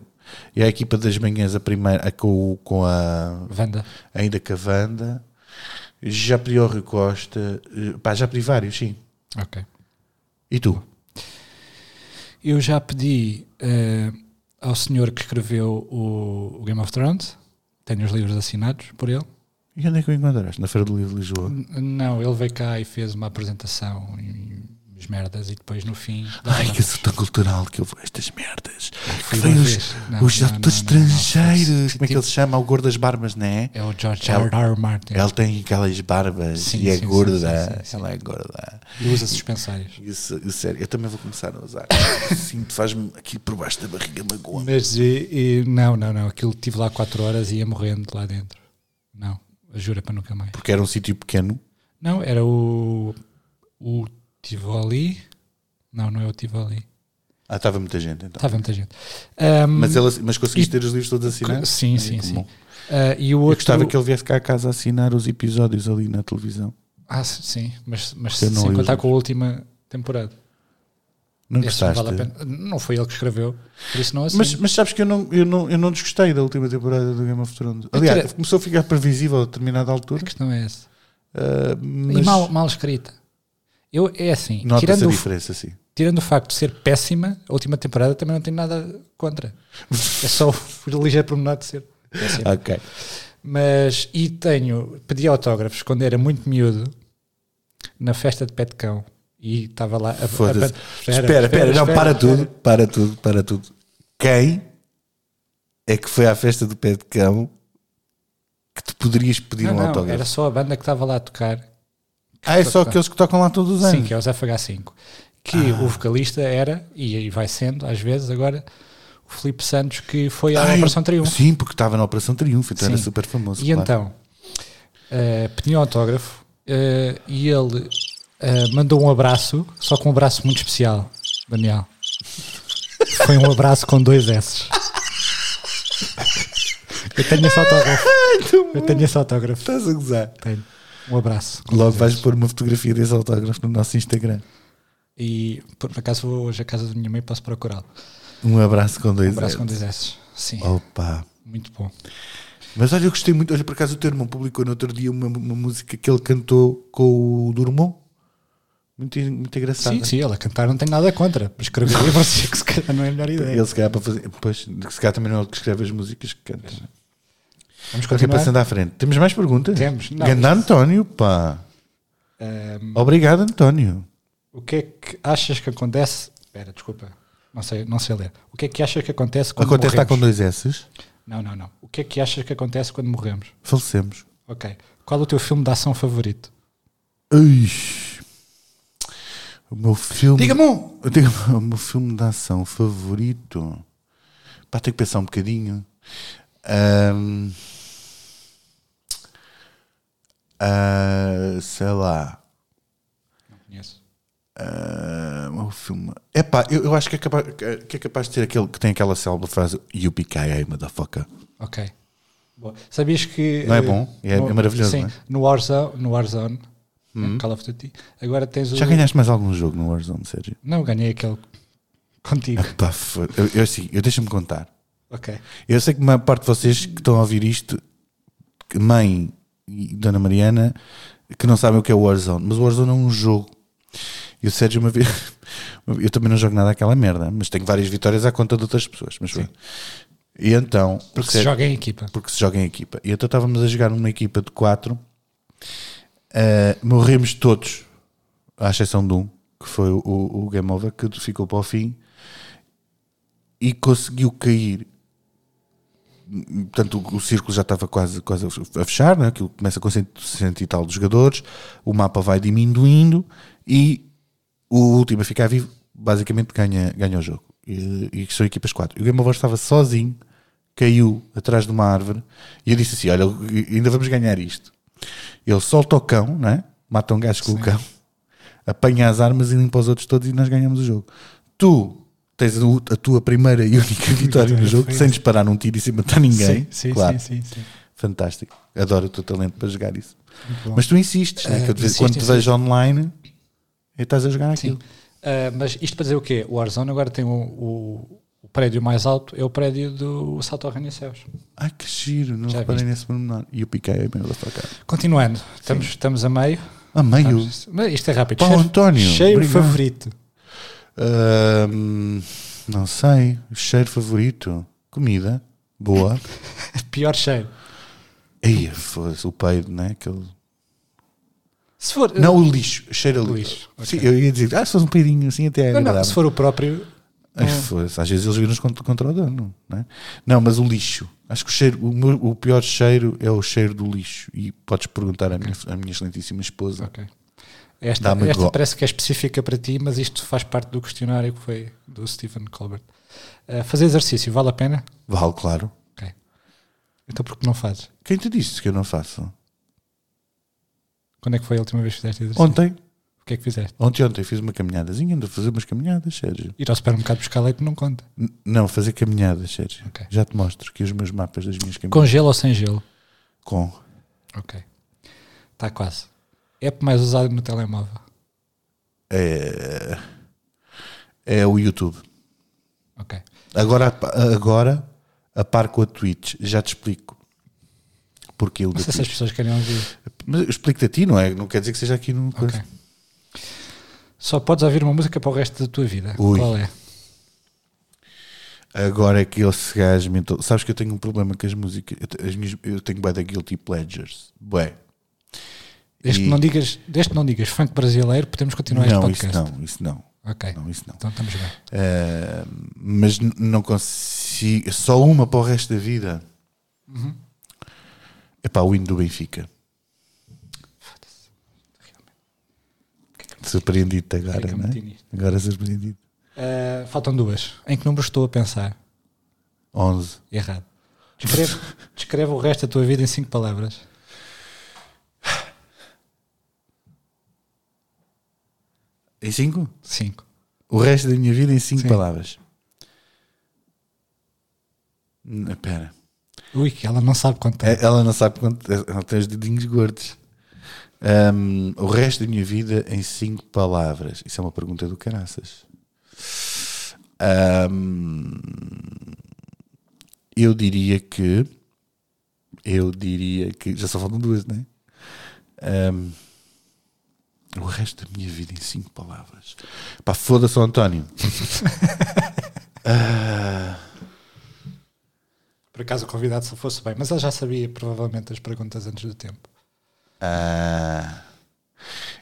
e à equipa das manhãs a primeira, a- com, o- com a
Vanda.
ainda Cavanda. Já pedi ao Rui Costa. eh, Pá, já pedi vários, sim.
Ok.
E tu?
Eu já pedi eh, ao senhor que escreveu o, o Game of Thrones. Tenho os livros assinados por ele.
E onde é que o encontraste? Na Feira do Livro de Lisboa?
N- Não, ele veio cá e fez uma apresentação e as merdas e depois no fim.
Ai, que eu sou tão cultural que eu vou a estas merdas. Que
Fui
vem
uma
os,
vez. Não,
os
não,
atores
não, não, não, não,
estrangeiros.
não, não.
Como é que ele se chama? O gordo das barbas, não é?
É o George
Ela-
R. R. Martin.
Ele tem aquelas barbas
É. Sim,
e é
sim, sim,
gorda.
sim, sim, sim.
Ela é gorda.
Ele usa suspensórios.
Isso, isso, sério, eu também vou começar a usar. Sinto, faz-me aqui por baixo da barriga magoa.
Mas e- e- não, não, não. Aquilo tive lá 4 horas e ia morrendo lá dentro. Não, jura para nunca mais.
Porque era um sítio pequeno.
Não, era o. O Tivoli. Não, não é o Tivoli.
Ah, estava muita gente então.
Estava muita gente. Ahm,
Mas, ela, mas conseguiste ter os livros todos assinados?
Sim,
Ai,
sim,
que
sim.
bom.
ah, e o
Eu
outro.
gostava que ele viesse cá a casa assinar os episódios ali na televisão.
Ah, s- sim, mas, mas
Eu não
sem
li
contar
os
com a última temporada.
Não
Esse não
gostaste?
vale a pena. Não foi ele que escreveu, por isso não assim.
Mas, mas sabes que eu não, eu, não, eu não desgostei da última temporada do Game of Thrones. Aliás,
Aquilo é-
começou a ficar previsível a determinada
a
altura.
questão é essa.
ah,
E
mas
mal, mal escrita. Eu, é assim,
nota-se
tirando
a
o,
diferença, sim.
tirando o facto de ser péssima, a última temporada também não tenho nada contra. É só o ligeiro pormenor de ser péssima.
Ok.
Mas, e tenho, pedi autógrafos quando era muito miúdo, na festa de pé de cão, e estava lá a, a-
Foda-se. Espera, espera, não, para tudo, para tudo, para tudo. Quem é que foi à festa do pé de cão que te poderias pedir
Não,
um
não,
autógrafo?
era só a banda que estava lá a tocar,
Ah, é só aqueles que tocam lá todos os
sim,
anos.
que é os FH5, que
Ah.
o vocalista era, e aí vai sendo, às vezes, agora, o Filipe Santos, que foi à
Ai,
Operação Triunfo.
Ah, é? Sim, porque estava na Operação Triunfo, então era
Sim.
super famoso.
E
claro.
então, eh, pedi um autógrafo eh, e ele eh, mandou um abraço, só com um abraço muito especial, Daniel. Foi um abraço com dois S. Eu tenho esse autógrafo. Eu tenho esse autógrafo.
Estás a gozar.
Tenho. Um abraço. com
Logo
dois
vais
S.
pôr uma fotografia desse autógrafo no nosso Instagram.
E por por acaso vou hoje à casa da minha mãe posso procurá-lo.
Um abraço com dois
Um abraço com
Ls.
dois S. Sim,
Opa.
muito bom.
Mas olha, eu gostei muito. Olha, por acaso o teu irmão publicou no outro dia uma, uma música que ele cantou com o Drummond. Muito, muito engraçada.
Sim, sim, ela cantar não tem nada contra. Mas escrever livro sim, que se calhar não é a melhor ideia.
Ele se calhar para fazer. Pois, se calhar também não é ele que escreve as músicas que canta. né?
Vamos
Ok,
continuar.
passando à frente. Temos mais perguntas?
Temos. Não, é Hum.
Ganda António, pá.
Ahm,
Obrigado, António.
o que é que achas que acontece? Espera, desculpa. Não sei, não sei ler. O que é que achas que acontece quando
Acontece está com
morremos?
dois S's.
Não, não, não. O que é que achas que acontece quando morremos?
Falecemos.
Ok. Qual o teu filme de ação favorito?
Ui. O meu filme.
Diga-me
Eu tenho o meu filme de ação favorito. Pá, tenho que pensar um bocadinho. Ahm. Ah, sei lá.
Não conheço.
Ah, o filme. É pá, eu, eu acho que é, capaz, que é capaz de ter aquele que tem aquela célebre frase You PKA, motherfucker.
Ok. Boa. Sabias que.
Não é
eh,
bom? É- é maravilhoso,
Sim,
não é? Hum?
no Warzone, no Warzone Call of Duty, agora tens o.
Já ganhaste mais algum jogo no Warzone, Sérgio?
Não, ganhei aquele contigo.
Pá, fo- eu, eu, assim, eu deixa-me contar.
ok.
Eu sei que uma parte de vocês que estão a ouvir isto, que mãe e Dona Mariana, que não sabem o que é o Warzone, mas o Warzone é um jogo. E o Sérgio, uma vez, eu também não jogo nada àquela merda, mas tenho várias vitórias à conta de outras pessoas. Mas pronto. e então,
Porque
Sérgio-
se joga em equipa.
porque se joga em equipa. E então estávamos a jogar numa equipa de quatro, ah, morremos eh, todos à exceção de um, que foi o, o Game Over, que ficou para o fim e conseguiu cair. Portanto, o, o círculo já estava quase, quase a fechar, né? aquilo começa com 160 e tal de jogadores, o mapa vai diminuindo e o último a ficar vivo basicamente ganha, ganha o jogo. E, e são equipas 4. E o Game Over estava sozinho, caiu atrás de uma árvore e eu disse assim: Olha, ainda vamos ganhar isto. Ele solta o cão, não é? mata um gajo com o cão, apanha as armas e limpa os outros todos e nós ganhamos o jogo. Tu tens a tua primeira e única vitória no jogo, sem disparar um tiro e sem matar ninguém.
Sim, sim,
claro.
sim, sim, sim.
Fantástico. Adoro o teu talento para jogar isso.
Muito bom.
Mas tu insistes, né?
Eh,
que eu te vejo-
insisto,
quando te
insisto.
vejo online, e estás a jogar aquilo.
Ah, mas isto para dizer o quê? O Warzone agora tem o, o- o prédio mais alto, é o prédio do Salto ao Arranha-Céus.
Ai que giro, não
Já
reparei nesse pormenor. E eu piquei a minha da tua cara.
Continuando, estamos, estamos a meio.
A meio.
Estamos- mas isto é rápido.
Paulo
Cheiro-
António,
Cheiro
obrigado.
favorito.
Ahm, não sei. Cheiro favorito. Comida. Boa.
Pior cheiro.
Aí, foda-se, o peido, né? Aquele.
Se for,
Não, o lixo. Cheira a lixo.
Lixo, ok.
Sim, eu ia dizer, ah, se fosse um peidinho assim até é
não,
agradável.
não, se um- for o próprio,
Ai, foda-se, Às vezes eles viram-nos contra, contra o dono, não é? Não, mas o lixo. Acho que o, cheiro, o, meu- o pior cheiro é o cheiro do lixo. E podes perguntar à minha, à minha excelentíssima esposa.
Ok. Esta,
Dá muito
esta
gol.
parece que é específica para ti, mas isto faz parte do questionário que foi do Stephen Colbert. Eh, fazer exercício vale a pena?
Vale, claro.
Ok. Então por que não fazes?
Quem te disse que eu não faço?
Quando é que foi a última vez que fizeste exercício?
Ontem,
O que é que fizeste?
ontem, ontem fiz uma caminhadazinha, ando a fazer umas caminhadas, Sérgio.
Ir ao supermercado buscar leite não conta.
N- não, fazer caminhadas, Sérgio.
Ok.
Já te mostro que os meus mapas das minhas
Com
caminhadas.
gelo ou sem gelo?
Com.
Ok. Está quase. App mais usado no telemóvel.
é, é o YouTube.
Ok.
Agora, agora, a par com a Twitch, já te explico. Porque o da
Não sei se as
Twitch.
pessoas querem ouvir.
Mas eu explico-te a ti, não é? Não quer dizer que seja aqui no.
Ok. Só podes ouvir uma música para o resto da tua vida.
Ui.
Qual é?
Agora é que esse gajo me entrou- Sabes que eu tenho um problema com as músicas. Eu, te- as minhas- eu tenho bué da Guilty Pleasures. Bué.
Desde,
E-
que não digas, desde que não digas funk brasileiro, podemos continuar este
Não, isso
podcast.
não, isso não.
Ok.
Não, isso não.
Então estamos bem.
Ah, mas n- não consigo. Só uma para o resto da vida. É para o hino do Benfica. Surpreendido-te
Sei que
agora,
eu
não
meti
é?
nisto.
Agora surpreendido.
Ah, faltam duas. Em que número estou a pensar?
11.
Errado. Descreve, descreve o resto da tua vida em cinco palavras.
Em 5?
Cinco.
O resto da minha vida em 5
Sim.
palavras. N- Espera.
Ui, que ela não sabe quanto é.
É, Ela não sabe quanto. Ela tem os dedinhos gordos. Ahm, o resto da minha vida em cinco palavras. Isso é uma pergunta do caraças. Ahm, eu diria que. Eu diria que. Já só faltam duas, não é? Ahm, o resto da minha vida em cinco palavras. Pá, foda-se, ao António.
Por acaso o convidado se fosse bem, mas ela já sabia provavelmente as perguntas antes do tempo.
Ah,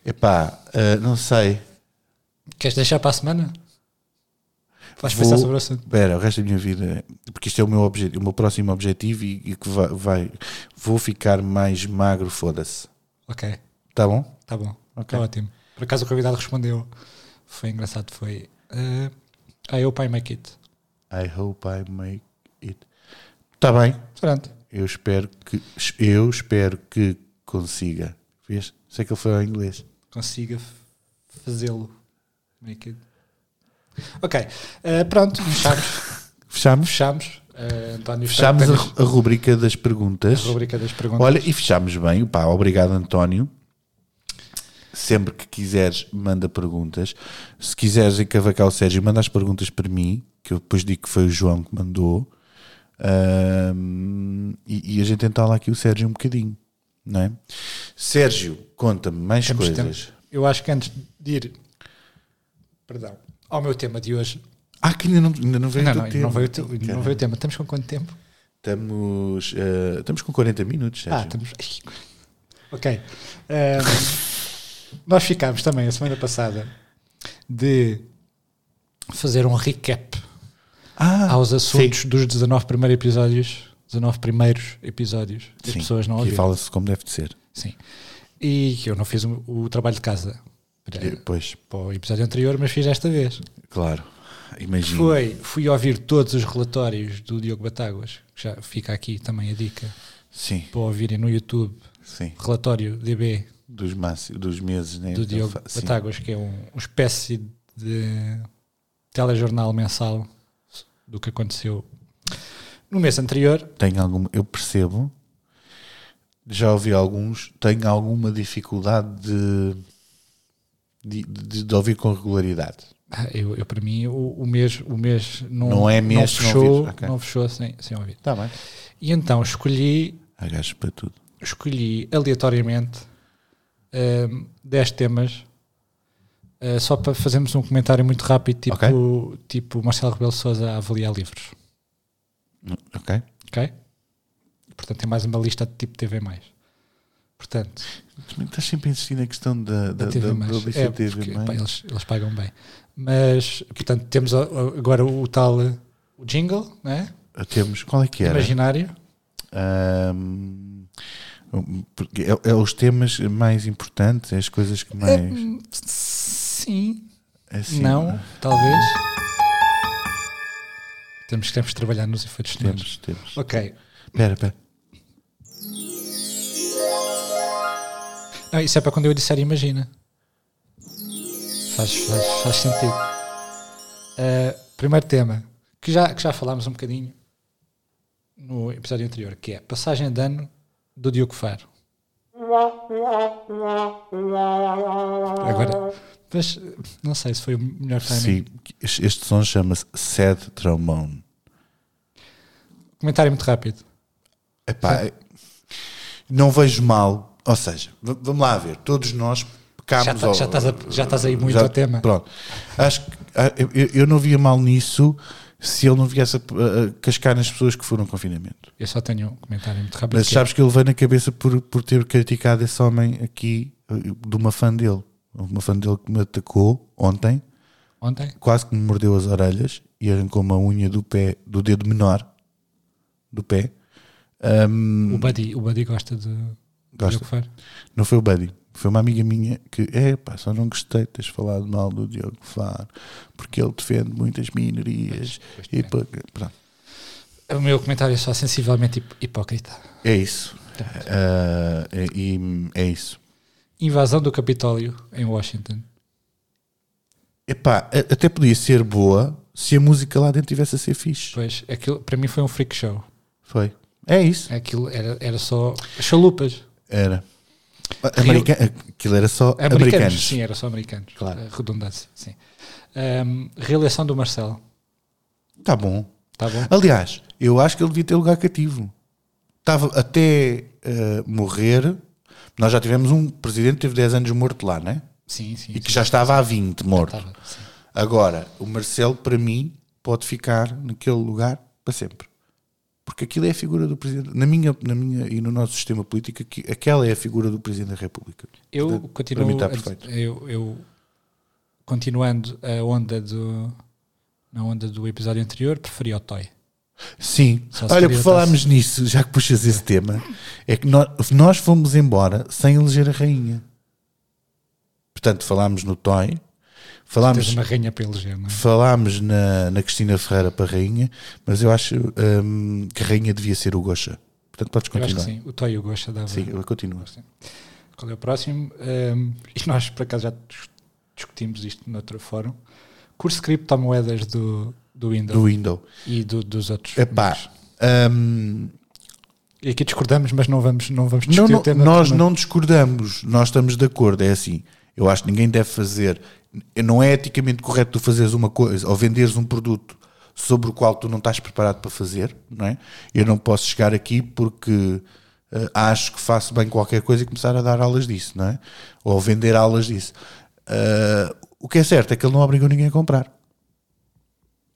epá, ah, não sei.
Queres deixar para a semana? Vais
Vou-
pensar sobre o assunto.
Espera, o resto da minha vida, porque isto é o meu, obje- o meu próximo objetivo e, e que vai, vai- Vou ficar mais magro, foda-se.
Ok,
Tá bom?
tá bom.
Ok.
Tá ótimo. Por acaso o convidado respondeu. Foi engraçado, foi. ah, ah, eu pai make it.
I hope I make it. Tá bem.
Pronto.
Eu espero que. Eu espero que consiga. Vês? Sei que ele foi ao inglês.
consiga f- fazê-lo. Make it. Ok, eh, pronto, fechamos.
Fechamos?
fechamos. Eh, António,
Fechamos
espero
a, a rubrica das
que
perguntas.
tenhas a rubrica das perguntas.
Olha, e fechamos bem. Pá, obrigado, António. Sempre que quiseres, manda perguntas. Se quiseres encavacar o Sérgio, manda as perguntas para mim, que eu depois digo que foi o João que mandou. Ahm, e, e a gente entala aqui o Sérgio um bocadinho, não é? Sérgio, conta-me mais
Temos
coisas.
tempo. Eu acho que antes de ir perdão, ao meu tema de hoje,
Ah, que ainda não, ainda não veio
não,
o teu
não,
tema.
não, veio o te- não
Caramba.
veio o tema. Estamos com quanto tempo?
Estamos, É ah, estamos com 40 minutos,
Ah,
Sérgio.
estamos. Ok. Ehm, Nós ficámos também a semana passada de fazer um recap
Ah,
aos assuntos dos 19 primeiros episódios. 19 primeiros episódios. que As
sim,
pessoas não
aqui
ouviram.
fala-se como deve de ser.
Sim. E que eu não fiz o, o trabalho de casa para,
Eh, Pois,
para o episódio anterior, mas fiz esta vez.
claro. Imagino.
Foi, fui ouvir todos os relatórios do Diogo Batáguas, que já fica aqui também a dica
Sim,
para ouvirem no YouTube.
sim.
Relatório DB
Dos, massi- dos meses, né?
do Diogo
Fa- sim.
Batáguas, que é um, uma espécie de telejornal mensal do que aconteceu no mês anterior.
Tenho alguma, eu percebo, já ouvi alguns, tenho alguma dificuldade de, de, de- de ouvir com regularidade.
Ah, Eu, eu, para mim, o, o mês, o mês não,
Não é mês
não
se não
fechou,
ouvires, ok.
não fechou sem, sem ouvir.
Está Tá bem.
E então escolhi,
Há gajos para tudo.
escolhi aleatoriamente ahm, 10 temas ah, só para fazermos um comentário muito rápido, tipo, tipo Marcelo Rebelo de Souza a avaliar livros.
Ok?
Ok? Portanto, tem mais uma lista de tipo TV. Portanto,
Mas Estás sempre a insistir na questão da, da,
da
da,
TV.
da, lista
é,
TV.
porque,
mais.
pá, eles, eles pagam bem. Mas, portanto, temos a- a- agora o tal eh, o jingle, né?
Temos, qual é que era?
Imaginário.
Ahm, porque é, é os temas mais importantes, é as coisas que mais.
Hum, Sim,
é assim,
não, talvez. Temos, temos de trabalhar nos efeitos sonoros.
Temos, temos.
Ok.
Espera, espera.
Não, isso é para quando eu disser imagina. Faz, faz, faz sentido. Ah, primeiro tema, que já, que já falámos um bocadinho no episódio anterior, que é passagem de ano do Diogo Faro. Agora, mas não sei se foi o melhor timing.
Sim, este este som chama-se Sad Trombone.
Comentário muito rápido.
Epá, não vejo mal. Ou seja, v- vamos lá ver, todos nós pecámos.
Já tá-
ao-
já estás a- já estás aí muito ao tema.
Pronto. Acho que ah, eu- eu, eu não via mal nisso se ele não viesse a, a cascar nas pessoas que foram ao confinamento.
Eu só tenho um comentário muito rápido.
Mas
que é-
sabes que ele veio na cabeça por, por ter criticado esse homem aqui, eh, de uma fã dele. Uma fã dele que me atacou ontem,
Ontem?
quase que me mordeu as orelhas e arrancou uma unha do pé, do dedo menor do pé. Ahm,
O Buddy, o Buddy gosta de
Hum. Gosta.
Diogo Faro.
Não foi o Buddy, foi uma amiga minha que, é pá, só não gostei de teres falado mal do Diogo Faro, porque ele defende muitas minorias.
É.
e pá, pronto.
O meu comentário é só sensivelmente hip- hipócrita.
É isso.
Tá.
Ah, é, e- é isso.
Invasão do Capitólio em Washington.
Epá, a- até podia ser boa se a música lá dentro tivesse a ser fixe.
Pois, aquilo para mim foi um freak show.
Foi. É isso.
Aquilo era, era só chalupas.
Era. America... Aquilo era só
Americanos,
americanos.
Sim, era só americanos.
Claro.
Eh, Redundância, sim. Ahm, reeleição do Marcelo.
Tá bom.
Tá bom?
Aliás, eu acho que ele devia ter lugar cativo. Estava até eh, morrer. Nós já tivemos um presidente que teve 10 anos morto lá, né?
Sim, sim.
E que
sim,
já estava há 20 morto.
tava, sim.
Agora, o Marcelo, para mim, pode ficar naquele lugar para sempre. Porque aquilo é a figura do presidente. Na minha, na minha e no nosso sistema político, aqui- aquela é a figura do presidente da República.
Eu
Portanto,
continuo.
Para mim está
a-
perfeito.
eu, eu- continuando a onda do. Na onda do episódio anterior, preferi o Toy.
Sim,
Só se
olha, por
queria
falarmos nisso, já que puxas esse tema, é que nó- nós, fomos embora sem eleger a rainha. Portanto, falámos no Toy,
Tens
falámos,
uma rainha para eleger, não é?
falámos na, na Cristina Ferreira para rainha, mas eu acho hum, que a rainha devia ser o Gocha. Portanto, podes
Eu acho que
continuar.
sim. O Toy e o Gosha dava.
Sim, continua.
Qual é o próximo? Ahm, e nós, por acaso, já dis- discutimos isto noutro fórum. Curso de criptomoedas do, do Windows
Do Window.
e do- dos outros.
Epá,
amigos.
hum,
E aqui discordamos, mas não vamos, não vamos
não,
discutir
não,
o tema.
nós
porque
não discordamos, nós estamos de acordo, é assim. Eu acho que ninguém deve fazer. Não é eticamente correto tu fazeres uma coisa ou venderes um produto sobre o qual tu não estás preparado para fazer, não é? Eu não posso chegar aqui porque eh, acho que faço bem qualquer coisa e começar a dar aulas disso, não é? Ou vender aulas disso. Ah, o que é certo é que ele não obrigou ninguém a comprar.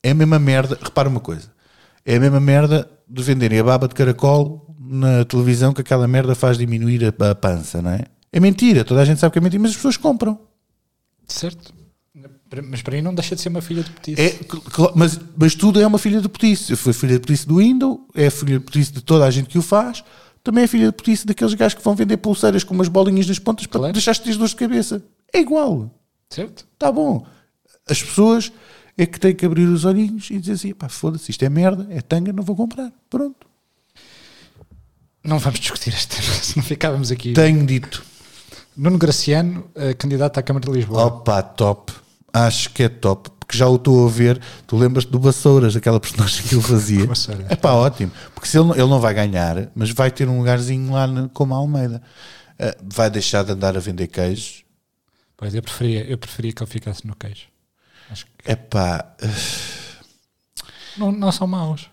É a mesma merda, repara uma coisa, é a mesma merda de venderem a baba de caracol na televisão que aquela merda faz diminuir a, a pança, não é? É mentira, toda a gente sabe que é mentira, mas as pessoas compram.
Certo. Mas para mim não deixa de ser uma filha de petice.
É, cl- cl- mas, mas tudo é uma filha de putice. Foi filha de putice do Window, é filha de putice de toda a gente que o faz, também é filha de putice daqueles gajos que vão vender pulseiras com umas bolinhas nas pontas para
Claro.
te deixar teres dores de cabeça. É igual,
Certo?
está bom. As pessoas é que têm que abrir os olhinhos e dizer assim: pá, foda-se, isto é merda, é tanga, não vou comprar. Pronto.
Não vamos discutir este tema, senão ficávamos aqui.
Tenho dito.
Nuno Graciano, eh, candidato à Câmara de Lisboa.
Opa, top. Acho que é top. Porque já o estou a ver. Tu lembras-te do Vassouras, aquela personagem que ele fazia.
Vassouras.
é pá, ótimo. Porque se ele, não- ele não vai ganhar, mas vai ter um lugarzinho lá na- como a Almeida. Ah, vai deixar de andar a vender queijos.
Pois eu preferia, eu preferia que ele ficasse no queijo. Acho que
É pá,
não, não são maus.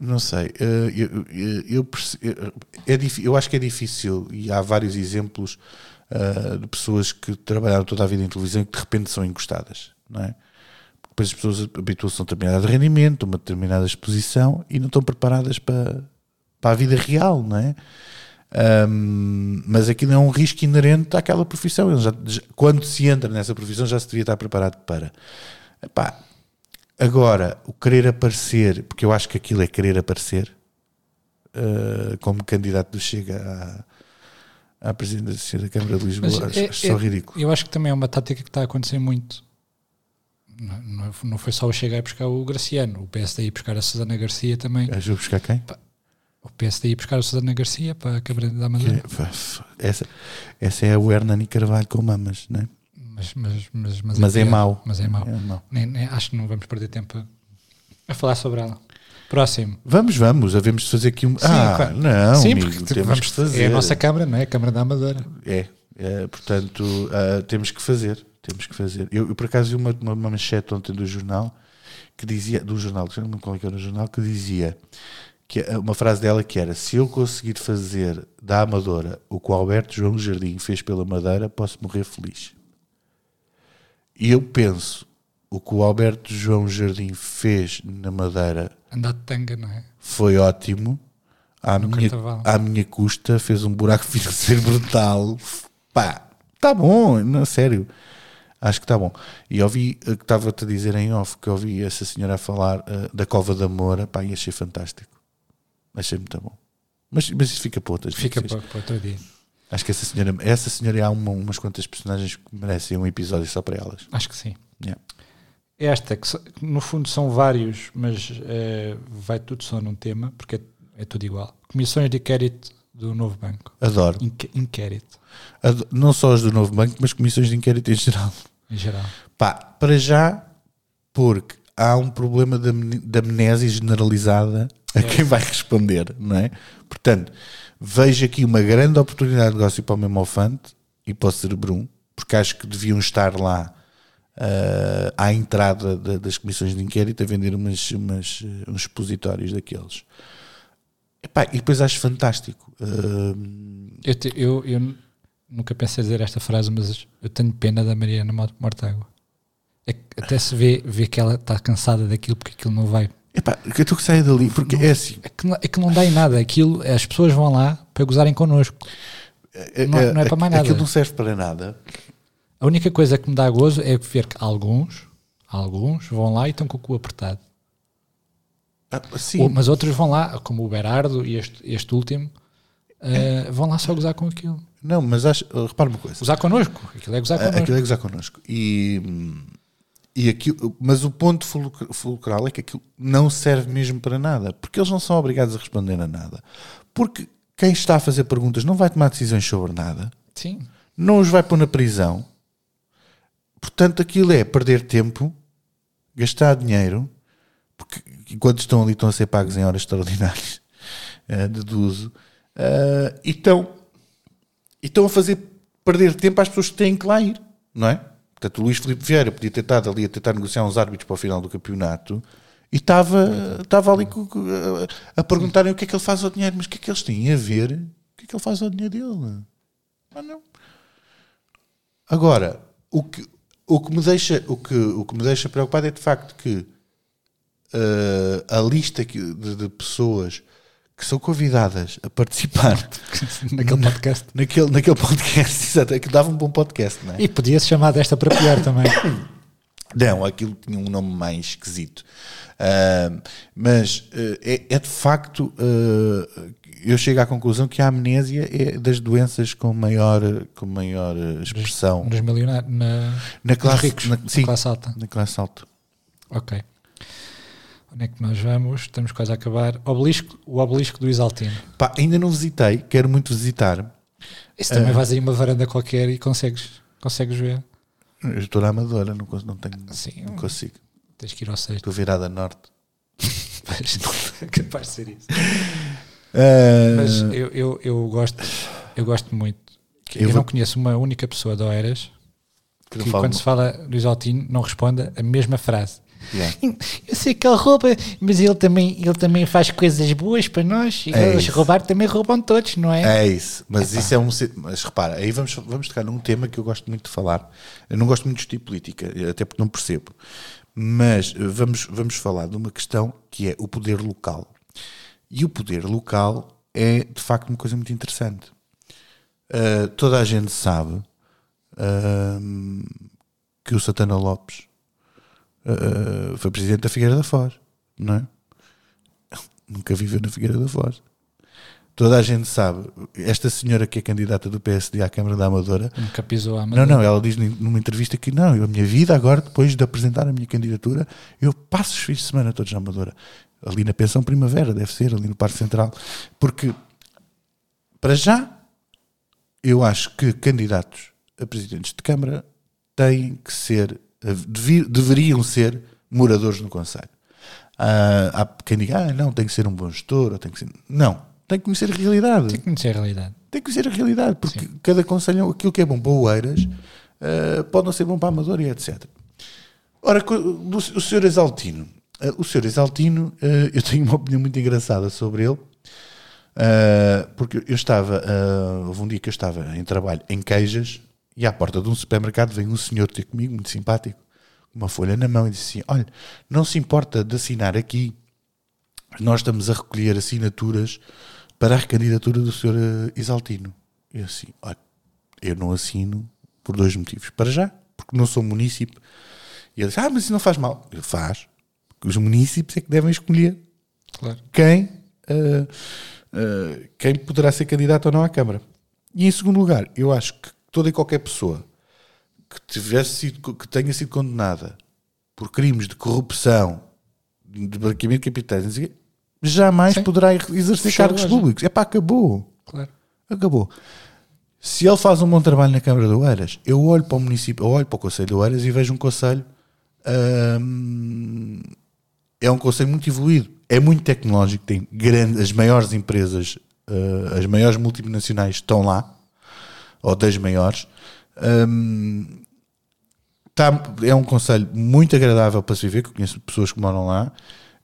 Não sei, eh, eu, eu- eu perce- eu- é difí- eu acho que é difícil e há vários exemplos ah, de pessoas que trabalharam toda a vida em televisão e que de repente são encostadas, não é? Depois as pessoas habituam-se a um determinado rendimento, uma determinada exposição e não estão preparadas para, para a vida real, não é? Ahm, mas aquilo é um risco inerente àquela profissão. Ele já- já- quando se entra nessa profissão já se devia estar preparado para. Epá, Agora, o querer aparecer, porque eu acho que aquilo é querer aparecer, eh, como candidato do Chega à, à presidência da Câmara de Lisboa,
Mas
acho,
é-
acho só
é-
ridículo.
Eu acho que também é uma tática que está a acontecer muito. Não, não- não foi só o Chega a buscar o Graciano, o PSD ia buscar a Susana Garcia também.
Acho que vou buscar quem?
O PSD ia buscar a Susana Garcia para a Câmara da Madeira.
Que- é. f- Essa, essa é o Hernani Carvalho com mamas, não é?
Mas, mas, mas, mas,
Mas é
pior.
mau.
Mas é mau.
É mau.
Nem- nem- acho que não vamos perder tempo a, a falar sobre ela. Próximo.
Vamos, vamos, havemos de fazer aqui um. ah,
claro.
não,
Sim,
amigo,
porque
temos
vamos,
que fazer.
é a nossa Câmara, não é? A Câmara da Amadora.
É, é, portanto, ah, temos que fazer. Temos que fazer. Eu, eu, por acaso vi uma, uma, uma manchete ontem do jornal que dizia, do jornal, já não me coloquei no jornal, que dizia que ah, uma frase dela que era se eu conseguir fazer da Amadora o que o Alberto João Jardim fez pela Madeira, posso morrer feliz. E eu penso, o que o Alberto João Jardim fez na Madeira
Andar de tanga, não é?
foi ótimo. À minha,
Carnaval.
à minha custa, fez um buraco financeiro brutal. Pá, tá bom, não, sério. Acho que tá bom. E ouvi eh, que estava-te a dizer em off que ouvi essa senhora a falar eh, da Cova da Moura, pá, e achei fantástico. Achei muito bom. Mas, mas isso fica para outras
Fica
vezes.
para, para outro dia.
Acho que essa senhora, essa senhora há uma- umas quantas personagens que merecem um episódio só para elas.
Acho que sim.
Yeah.
Esta, que so- que no fundo são vários, mas eh, vai tudo só num tema, porque é, é tudo igual. Comissões de inquérito do novo banco.
Adoro.
Inque- inquérito,
Adoro. Não só as do Novo Banco, mas comissões de inquérito em geral.
em geral.
Pá, para já, porque há um problema de, amne- de amnésia generalizada
É.
a quem vai responder, não é? Portanto, vejo aqui uma grande oportunidade de negócio para o Memofante e para o Cerebrum, porque acho que deviam estar lá ah, à entrada da- das comissões de inquérito a vender umas, umas, eh, uns expositórios daqueles. Epá, e depois acho fantástico. Ah,
Eu, te- eu, eu n- nunca pensei dizer esta frase, mas eu tenho pena da Mariana Mo- Mortágua. É que até se vê, vê que ela está cansada daquilo, porque aquilo não vai.
epá, que eu estou que saia dali, porque é assim.
É que, não- é que não dá em nada. Aquilo, as pessoas vão lá para gozarem connosco. Não- não é para mais nada.
Aquilo não serve para nada.
A única coisa que me dá gozo é ver que alguns, alguns vão lá e estão com o cu apertado.
Ah, sim,
Ou- mas outros vão lá, como o Berardo e este, este último, eh, vão lá só gozar com aquilo.
Não, mas acho, oh, repara uma coisa.
Gozar connosco. Aquilo é gozar connosco.
Aquilo é gozar connosco. E, e aquilo, mas o ponto fulcr- fulcral é que aquilo não serve mesmo para nada, porque eles não são obrigados a responder a nada. Porque quem está a fazer perguntas não vai tomar decisões sobre nada,
Sim.
não os vai pôr na prisão. Portanto, aquilo é perder tempo, gastar dinheiro, porque enquanto estão ali estão a ser pagos em horas extraordinárias, eh, deduzo, eh, e estão e estão a fazer perder tempo às pessoas que têm que lá ir, não é? Portanto, o Luís Filipe Vieira podia ter estado ali a tentar negociar uns árbitros para o final do campeonato e estava, estava ali com- com- a, a perguntarem o que é que ele faz ao dinheiro, mas o que é que eles têm a ver? O que é que ele faz ao dinheiro dele? Ah, não. Agora, o que, o que, me, deixa, o que, o que me deixa preocupado é de facto que eh, a lista que- de, de pessoas que são convidadas a participar
naquele podcast.
naquele, naquele podcast, exato, é que dava um bom podcast, não é?
E podia-se chamar desta para pior também.
Não, aquilo tinha um nome mais esquisito. Ah, mas eh, é, é de facto, eh, eu chego à conclusão que a amnésia é das doenças com maior, com maior eh, expressão
Nos milionários, na,
na
nos
classe,
ricos,
na,
na
sim,
classe alta.
na classe alta.
Ok. Onde é que nós vamos? Estamos quase a acabar. Obelisco, o obelisco do Isaltino.
Pá, ainda não visitei, quero muito visitar.
Isso também vais aí uma varanda qualquer e consegues, consegues ver.
Eu estou na Amadora, não, cons- não, tenho,
Sim,
não consigo.
tens que ir ao sexto.
Estou virado a norte.
Mas, capaz de ser isso.
Ah,
Mas eu, eu, eu, gosto, eu gosto muito.
Eu
Eu,
vou-
não conheço uma única pessoa de Oeiras
que
que,
não falo
quando se
mal.
fala do Isaltino não responda a mesma frase.
Yeah.
Eu sei que ele rouba, mas ele também, ele também faz coisas boas para nós. E
É
eles
isso.
roubar também roubam todos, não é?
É isso, mas isso é um. se- Mas repara, aí vamos, vamos tocar num tema que eu gosto muito de falar. Eu não gosto muito de discutir política, até porque não percebo. Mas eh, vamos, vamos falar de uma questão que é o poder local. E o poder local é de facto uma coisa muito interessante. Eh, toda a gente sabe ah, ahm, que o Santana Lopes eh, foi presidente da Figueira da Foz, não é? Nunca viveu na Figueira da Foz. Toda a gente sabe. Esta senhora que é candidata do PSD à Câmara da Amadora.
Nunca pisou a
Não,
Amadora.
não, ela diz numa entrevista que não, eu, a minha vida agora, depois de apresentar a minha candidatura, eu passo os fins de semana todos na Amadora. Ali na Pensão Primavera, deve ser, ali no Parque Central. Porque, para já, eu acho que candidatos a presidentes de Câmara têm que ser, devi- deveriam ser moradores no Conselho. Ah, há quem diga, ah, não, tem que ser um bom gestor, ou tem que ser. Não, tem que conhecer a realidade
Tem que conhecer a realidade.
tem que conhecer a realidade, porque cada conselho, aquilo que é bom para Oeiras, eh, pode não ser bom para a Amadora e etc. Ora, co- do- o senhor Exaltino. Eh, o senhor Exaltino, eh, eu tenho uma opinião muito engraçada sobre ele, eh, porque eu estava, eh, houve um dia que eu estava em trabalho em Queijas e à porta de um supermercado veio um senhor ter comigo, muito simpático, com uma folha na mão e disse assim, olha, não se importa de assinar aqui nós estamos a recolher assinaturas para a candidatura do Sr. Exaltino. Eu assim, olha, eu não assino por dois motivos. Para já, porque não sou munícipe. E ele disse, ah, mas isso não faz mal. Eu, faz. Porque os munícipes é que devem escolher
Claro.
quem, ah, ah, quem poderá ser candidato ou não à Câmara. E em segundo lugar, eu acho que toda e qualquer pessoa que, tivesse sido, co- que tenha sido condenada por crimes de corrupção, de branqueamento de capitais, não sei o quê, jamais
Sim.
poderá exercer
Fechou a
cargos
loja.
públicos. É pá, acabou.
claro.
Acabou. Se ele faz um bom trabalho na Câmara de Oeiras, eu olho para o município, eu olho para o Conselho de Oeiras e vejo um Conselho. hum, é um Conselho muito evoluído, é muito tecnológico, tem grande, as maiores empresas, eh, as maiores multinacionais estão lá, ou das maiores. Hum, tá- é um Conselho muito agradável para se viver, que eu conheço pessoas que moram lá.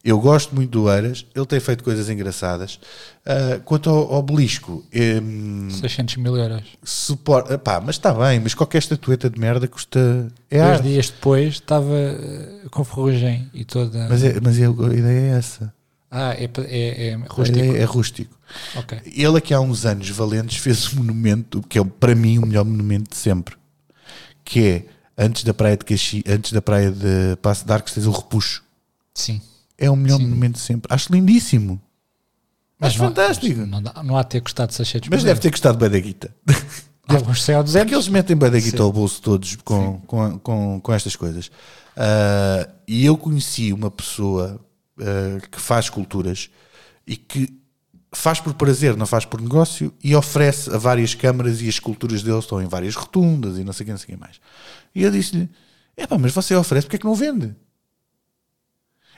Eu gosto muito do Eiras, ele tem feito coisas engraçadas. Ah, quanto ao obelisco, hum,
600 mil euros.
suporte. Pá, mas está bem, mas qualquer estatueta de merda custa. É
Dois
arte.
dias depois estava eh, com ferrugem e toda.
Mas, é, mas é- a ideia é essa.
Ah, é, pa- é, é
A
rústico.
ideia é rústico.
Ok.
Ele, aqui há uns anos, Valentes, fez um monumento que é para mim o melhor monumento de sempre. Que é antes da praia de Caxi, antes da praia de Passo de Arcos, tens o repuxo.
Sim.
É o melhor monumento de sempre. Acho lindíssimo. Mas
não-
fantástico.
Não, dá- não há de ter custado 600
Mas
mil
deve ter gostado bem da guita.
euros. Alguns cem ou
É que
200.
eles metem bem da guita ao bolso todos com, com, com, com estas coisas. Ah, e eu conheci uma pessoa ah, que faz culturas e que faz por prazer, não faz por negócio e oferece a várias câmaras e as culturas deles estão em várias rotundas e não sei o que, não sei o que mais. E eu disse-lhe, epá, mas você oferece, porque é que não vende?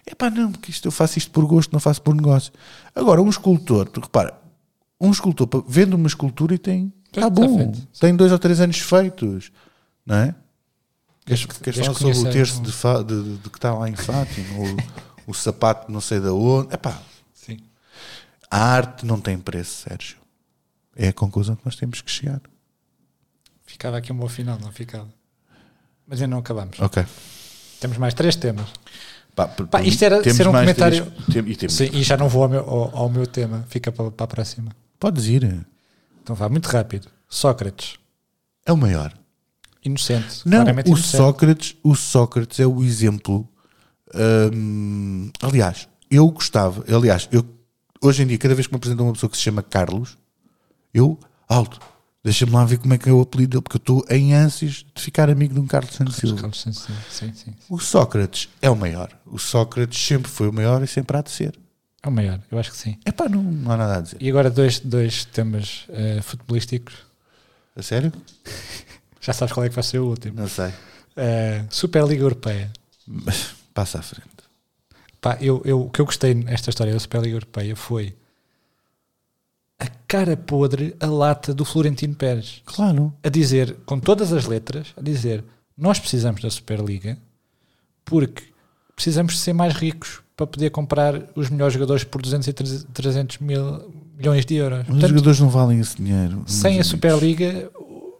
Epá, não, porque isto, eu faço isto por gosto, não faço por negócio. Agora, um escultor, tu repara, um escultor pa- vende uma escultura e tem. Está
Está
bom,
feito.
tem dois ou três anos feitos, não é? Queres, queres
desde
falar
que
sobre o
conhecer-
terço de, Fa- de- de- de que está lá em Fátima, ou o sapato não sei da onde? Epá,
Sim.
a arte não tem preço, Sérgio. É a conclusão que nós temos que chegar.
Ficava aqui um bom final, não ficava. Mas ainda não acabamos.
Ok.
Temos mais três temas.
Pá, por-
Pá,
por
isto
mim,
era
temos
ser um
mais
comentário-
três- tem- e temos-
Sim, e já não vou ao meu, ao, ao meu tema, fica para, para a próxima.
Podes ir.
Então vá, muito rápido. Sócrates,
É o maior.
inocente.
Não,
claramente é
o
inocente.
Sócrates, o Sócrates é o exemplo. hum, aliás, eu gostava, aliás, eu hoje em dia, cada vez que me apresenta uma pessoa que se chama Carlos, eu, alto, deixa-me lá ver como é que é o apelido dele, porque eu estou em ânsias de ficar amigo de um Carlos Santos Silva.
Carlos Santos, Sim, sim, sim.
O Sócrates é o maior. O Sócrates sempre foi o maior e sempre há de ser.
É o maior, eu acho que sim.
É pá, não, não há nada a dizer.
E agora dois, dois temas eh, futebolísticos.
A sério?
Já sabes qual é que vai ser o último.
Não sei.
Eh, Superliga Europeia.
Passa à frente.
Pá, eu, eu- o que eu gostei nesta história da Superliga Europeia foi a cara podre, a lata do Florentino Pérez.
Claro.
a dizer, com todas as letras, a dizer: Nós precisamos da Superliga porque precisamos ser mais ricos para poder comprar os melhores jogadores por 200 e 300 300 mil milhões de euros.
Os
Portanto,
jogadores não valem esse dinheiro. meus
sem a
amigos.
Superliga,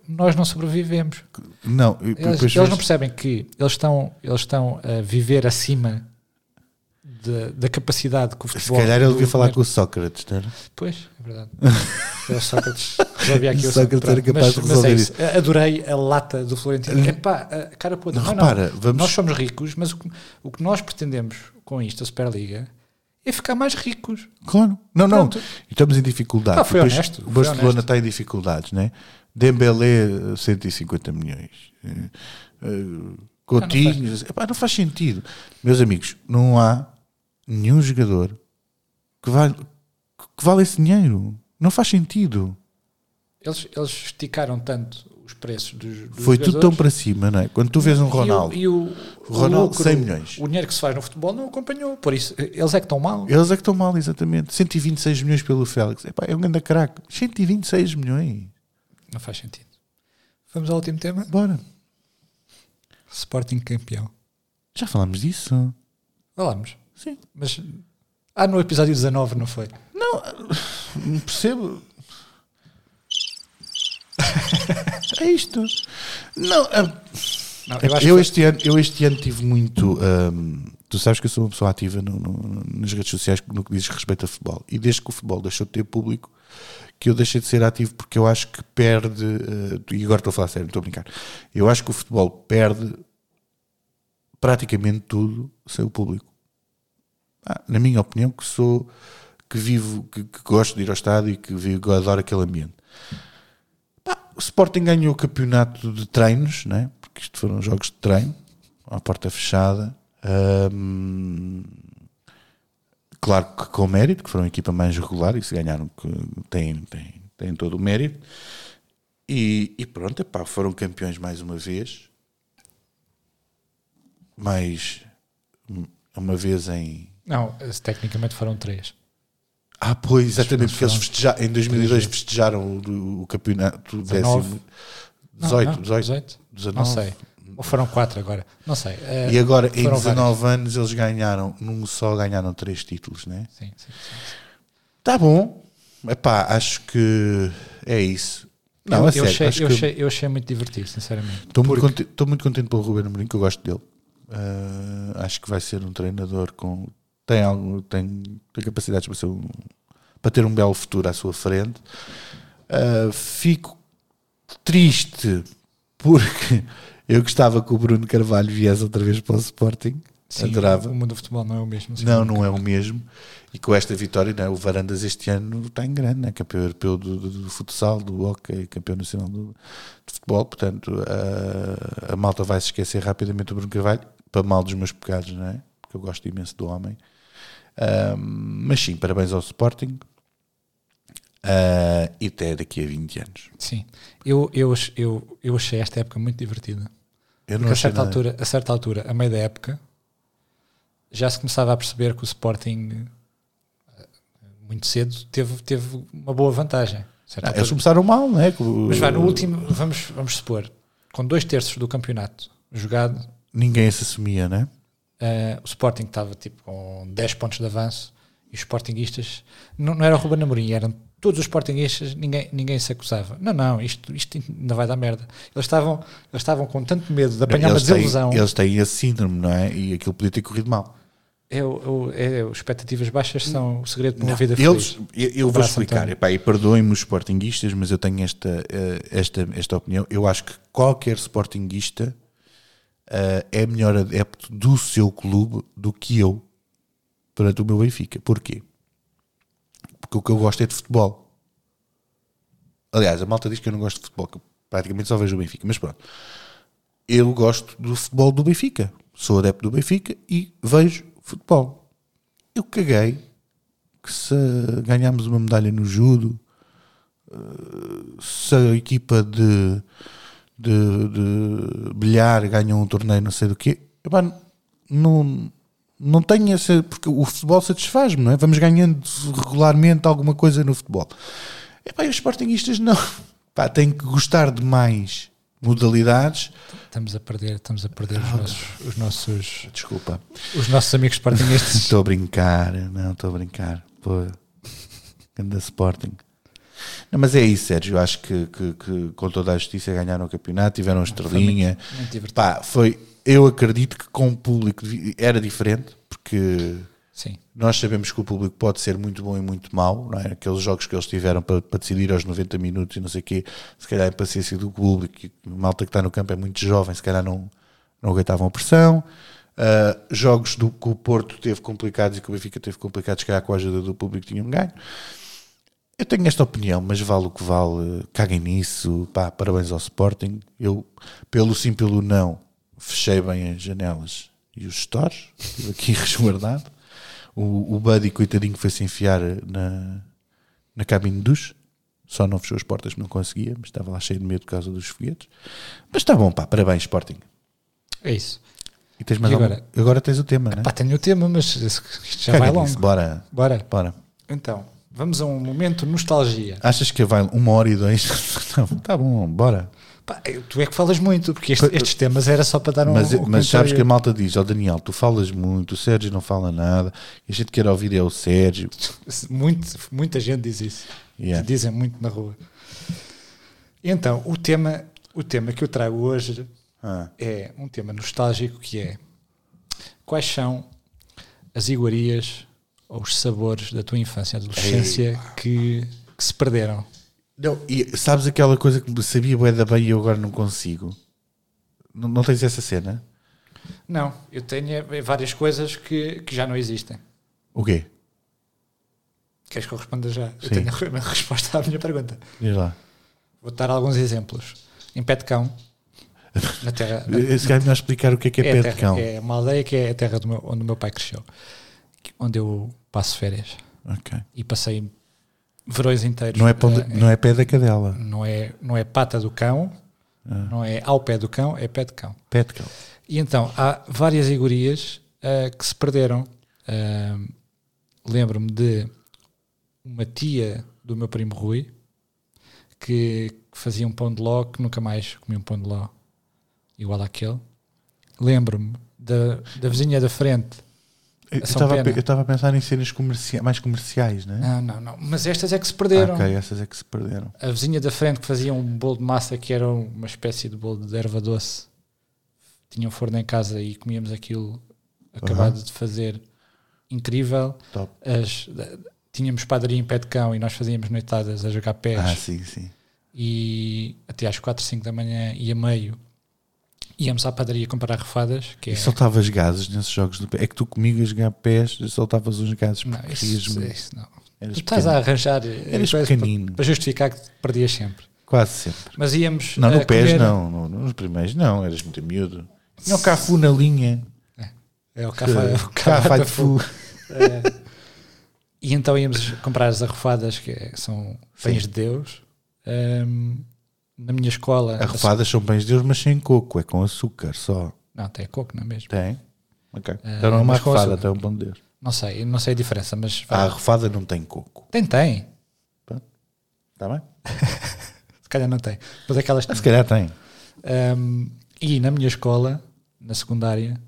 nós não sobrevivemos.
Não, e
Eles,
depois
eles
vês-
não percebem que eles estão, eles estão a viver acima da- da capacidade que o
Se
futebol.
calhar ele
do-
devia falar com o Sócrates, não era?
Pois, é verdade. Eu Sócrates resolvi aqui o
Sócrates era capaz de resolver
é
Hum.
isso. Adorei a lata do Florentino. Epá, a cara podre. Não, não.
Repara, vamos-
Nós somos ricos, mas o que, o que nós pretendemos com isto, a Superliga, é ficar mais ricos.
Claro. Não, não.
Pronto.
Estamos em dificuldades.
Ah, foi
Depois,
honesto,
O
foi
Barcelona
honesto.
está em dificuldades, né? Dembélé, eh, 150 milhões. Eh, eh, Coutinho, epá, não, faz... sentido. Meus amigos, não há nenhum jogador que vale, que vale esse dinheiro. Não faz sentido.
Eles, eles esticaram tanto os preços dos, dos
Foi tudo tão
jogadores.
para cima, não é? Quando tu vês um Ronaldo,
E o, e o- o
Ronaldo,
lucro,
100 milhões.
O dinheiro que se faz no futebol não acompanhou. Por isso, eles é que estão mal.
eles é que estão mal, exatamente. 126 milhões pelo Félix. Epá, é um grande craque. 126 milhões.
Não faz sentido. Vamos ao último tema.
Bora.
Sporting campeão.
Já falámos disso?
Falámos.
Sim.
Mas. Ah, no episódio 19, não foi?
Não ah, percebo. é isto. Não, ah,
Não,
eu,
eu acho que
este ano, eu este ano tive muito. ahm, tu sabes que eu sou uma pessoa ativa no- no- nas redes sociais no que diz respeito a futebol. E desde que o futebol deixou de ter público, que eu deixei de ser ativo porque eu acho que perde. ah, e agora estou a falar sério, não estou a brincar. Eu acho que o futebol perde praticamente tudo sem o público. Ah, na minha opinião, que sou. que vivo. que, que gosto de ir ao estádio e que vivo, adoro aquele ambiente. O Sporting ganhou o campeonato de treinos, né? porque isto foram jogos de treino, à porta fechada. Ahm, claro que com mérito, que foram a equipa mais regular e se ganharam, que têm, têm, têm todo o mérito. E, e pronto, epá, foram campeões mais uma vez. Mais hum, uma vez em.
Não, eh, tecnicamente foram três.
Ah, pois, exatamente, porque eles
foram-
festejaram, em 2002 festejaram o, o campeonato décimo,
19.
18,
não,
18,
Não
19.
sei. Ou foram quatro agora. Não sei. Eh,
E agora, em
foram
19 anos, eles ganharam, num só ganharam três títulos, né?
Sim, sim, sim.
Tá bom. Epá, acho que é isso. Não,
eu,
é
eu
sério.
achei,
acho
eu,
que
achei, eu achei muito divertido, sinceramente.
Estou muito, conte- estou muito contente pelo Ruben Amorim, que eu gosto dele. Ah, acho que vai ser um treinador com... Tem, algo, tem, tem capacidades para, ser um- para ter um belo futuro à sua frente. Ah, fico triste porque eu gostava que o Bruno Carvalho viesse outra vez para o Sporting.
Sim,
Adorava.
O mundo do futebol não é o mesmo. sim.
Não, não é o mesmo. E com esta vitória, não é? o Varandas este ano está em grande, né? campeão europeu do, do- do futsal, do hockey, campeão nacional do, de futebol. Portanto, a, a malta vai se esquecer rapidamente do Bruno Carvalho, para mal dos meus pecados, não é? Porque eu gosto imenso do homem. Ahm, mas sim, parabéns ao Sporting. Ah, e até daqui a 20 anos.
Sim. Eu, eu, ach- eu, eu achei esta época muito divertida.
Eu não
Porque a
achei
certa,
nada.
altura, a certa altura, a meio da época, já se começava a perceber que o Sporting, eh, muito cedo, teve, teve uma boa vantagem. A certa
Ah,
altura-
eles começaram mal, não é? Com-
Mas vai, no último, vamos, vamos supor, com dois terços do campeonato jogado,
Ninguém se assumia, não é?
eh, o Sporting estava tipo com 10 pontos de avanço e os Sportinguistas, não, não era o Ruben Amorim, eram todos os Sportinguistas, ninguém, ninguém se acusava. Não, não, isto, isto ainda vai dar merda. Eles estavam, eles estavam com tanto medo de apanhar uma
eles,
desilusão.
têm, eles têm esse síndrome, não é? E aquilo podia ter corrido mal.
É, o- é o- é- expectativas baixas são o segredo para uma
Não,
vida
eles,
feliz.
eu, eu vou
Abraço,
explicar,
António.
epá, e perdoem-me os sportinguistas, mas eu tenho esta, eh, esta, esta opinião. Eu acho que qualquer sportinguista eh, é melhor adepto do seu clube do que eu perante o meu Benfica. Porquê? Porque o que eu gosto é de futebol. Aliás, a malta diz que eu não gosto de futebol, que eu praticamente só vejo o Benfica, mas pronto. Eu gosto do futebol do Benfica. Sou adepto do Benfica e vejo futebol. Eu caguei que se ganharmos uma medalha no judo, eh, se a equipa de, de, de bilhar ganha um torneio, não sei do quê, epá, n- não, não tenho essa. Porque o futebol satisfaz-me, não é? Vamos ganhando regularmente alguma coisa no futebol. Epá, e os sportinguistas não. Pá, têm que gostar de mais modalidades.
Estamos a perder, estamos a perder os, nossos, os, nossos,
Desculpa,
os nossos amigos sportingistas.
estou a brincar, não, estou a brincar. Pô, anda Sporting. Não, mas é isso, Sérgio. Eu acho que, que- que com toda a justiça ganharam o campeonato, tiveram a estrelinha.
muito divertido.
Pá, foi, eu acredito que com o público devi- era diferente, porque
Sim.
nós sabemos que o público pode ser muito bom e muito mau, não é? Aqueles jogos que eles tiveram para, para decidir aos 90 minutos e não sei o quê, se calhar a impaciência do público, e a malta que está no campo é muito jovem, se calhar não, não aguentavam a pressão. Ah, jogos do que o Porto teve complicados e que o Benfica teve complicados, se calhar com a ajuda do público tinham ganho. Eu tenho esta opinião, mas vale o que vale, caguem nisso, pá, parabéns ao Sporting. Eu, pelo sim, pelo não, fechei bem as janelas e os stores, estive aqui resguardado. O, o Buddy, coitadinho, foi se enfiar na, na cabine de duche, só não fechou as portas, não conseguia, mas estava lá cheio de medo por causa dos foguetes. Mas está bom, pá, parabéns, Sporting.
É isso.
E tens mais
E
algum-
agora?
Agora tens o tema, né?
Pá, tenho o tema, mas esse- isto já vai
Caga
longo.
nisso, bora,
Bora.
bora.
Então, vamos a um momento nostalgia.
Achas que vai uma hora e dois? tá bom, bora.
Pá, eu- tu é que falas muito, porque este- estes temas era só para dar um.
Mas,
um
mas sabes que a
comentário.
malta diz: Ó Daniel, tu falas muito, o Sérgio não fala nada, e a gente quer ouvir é o Sérgio.
Muito, muita gente diz isso.
Yeah.
Dizem muito na rua. Então, o tema, o tema que eu trago hoje
Ah,
é um tema nostálgico que é quais são as iguarias ou os sabores da tua infância e adolescência que, que se perderam.
Não, e sabes aquela coisa que sabia bué da bem e eu agora não consigo? Não, não tens essa cena?
Não, eu tenho eh, várias coisas que, que já não existem.
O quê?
Queres que eu responda já? Eu
Sim.
tenho a re- a resposta à minha pergunta.
Diz lá.
Vou dar alguns exemplos. Em pé de cão, na terra. na-
Eh, Se calhar é melhor explicar o que é que é, pé
a
de
terra-
cão.
é uma aldeia que é a terra do meu- onde o meu pai cresceu, que- onde eu passo férias
Ok.
e passei verões inteiros.
Não é, pão de-
eh,
não é pé da cadela.
não é, não é pata do cão,
Ah.
não é ao pé do cão, é pé de cão.
Pé de cão.
E então há várias iguarias ah, que se perderam. Ah, Lembro-me de uma tia do meu primo Rui que fazia um pão de ló que nunca mais comia um pão de ló igual àquele. Lembro-me da, da vizinha da frente.
Eh, Eu
São
estava a pe-
pena.
eu estava a pensar em cenas comercia- mais comerciais, né?
Não, não, não. Mas estas é que se
Ah,
perderam.
ok, essas é que se perderam.
A vizinha da frente que fazia um bolo de massa que era uma espécie de bolo de erva doce. Tinha um forno em casa e comíamos aquilo acabado de fazer. Incrível.
Top.
As- da- tínhamos padaria em pé de cão e nós fazíamos noitadas a jogar pés
Ah, sim, sim.
e até às 4, 5 da manhã e a meio íamos à padaria comprar refadas que é,
E soltavas gases nesses jogos do pé. É que tu comigo a jogar pés, soltavas uns gases
é- não,
porque
isso,
rias-me.
isso não.
Eras
Tu estás a
pequeno.
arranjar eh,
Eras pequenino.
para, para justificar que perdias sempre
Quase sempre.
mas íamos
Não,
a
no pés
comer-
não. no- nos primeiros não, eras muito miúdo. Tinha o Cafu na linha.
é o café, é o
Que-
café da fu-
Cafu.
E então íamos comprar as arrofadas, que é- são bens de Deus. Ahm, na minha escola.
Arrofadas são bens de Deus, mas sem coco. É com açúcar só.
Não, tem coco, não é mesmo?
Tem? Ok. Então não é uma
Ah, mas com
arrofada,
açúcar. Ah.
então é um pão de Deus.
Não sei, eu não sei a diferença, mas.
A arrofada não tem coco.
Tem, tem.
Está bem?
Se calhar não tem. Mas aquelas
Ah, Se calhar
tinham.
tem.
Ahm, e na minha escola, na secundária,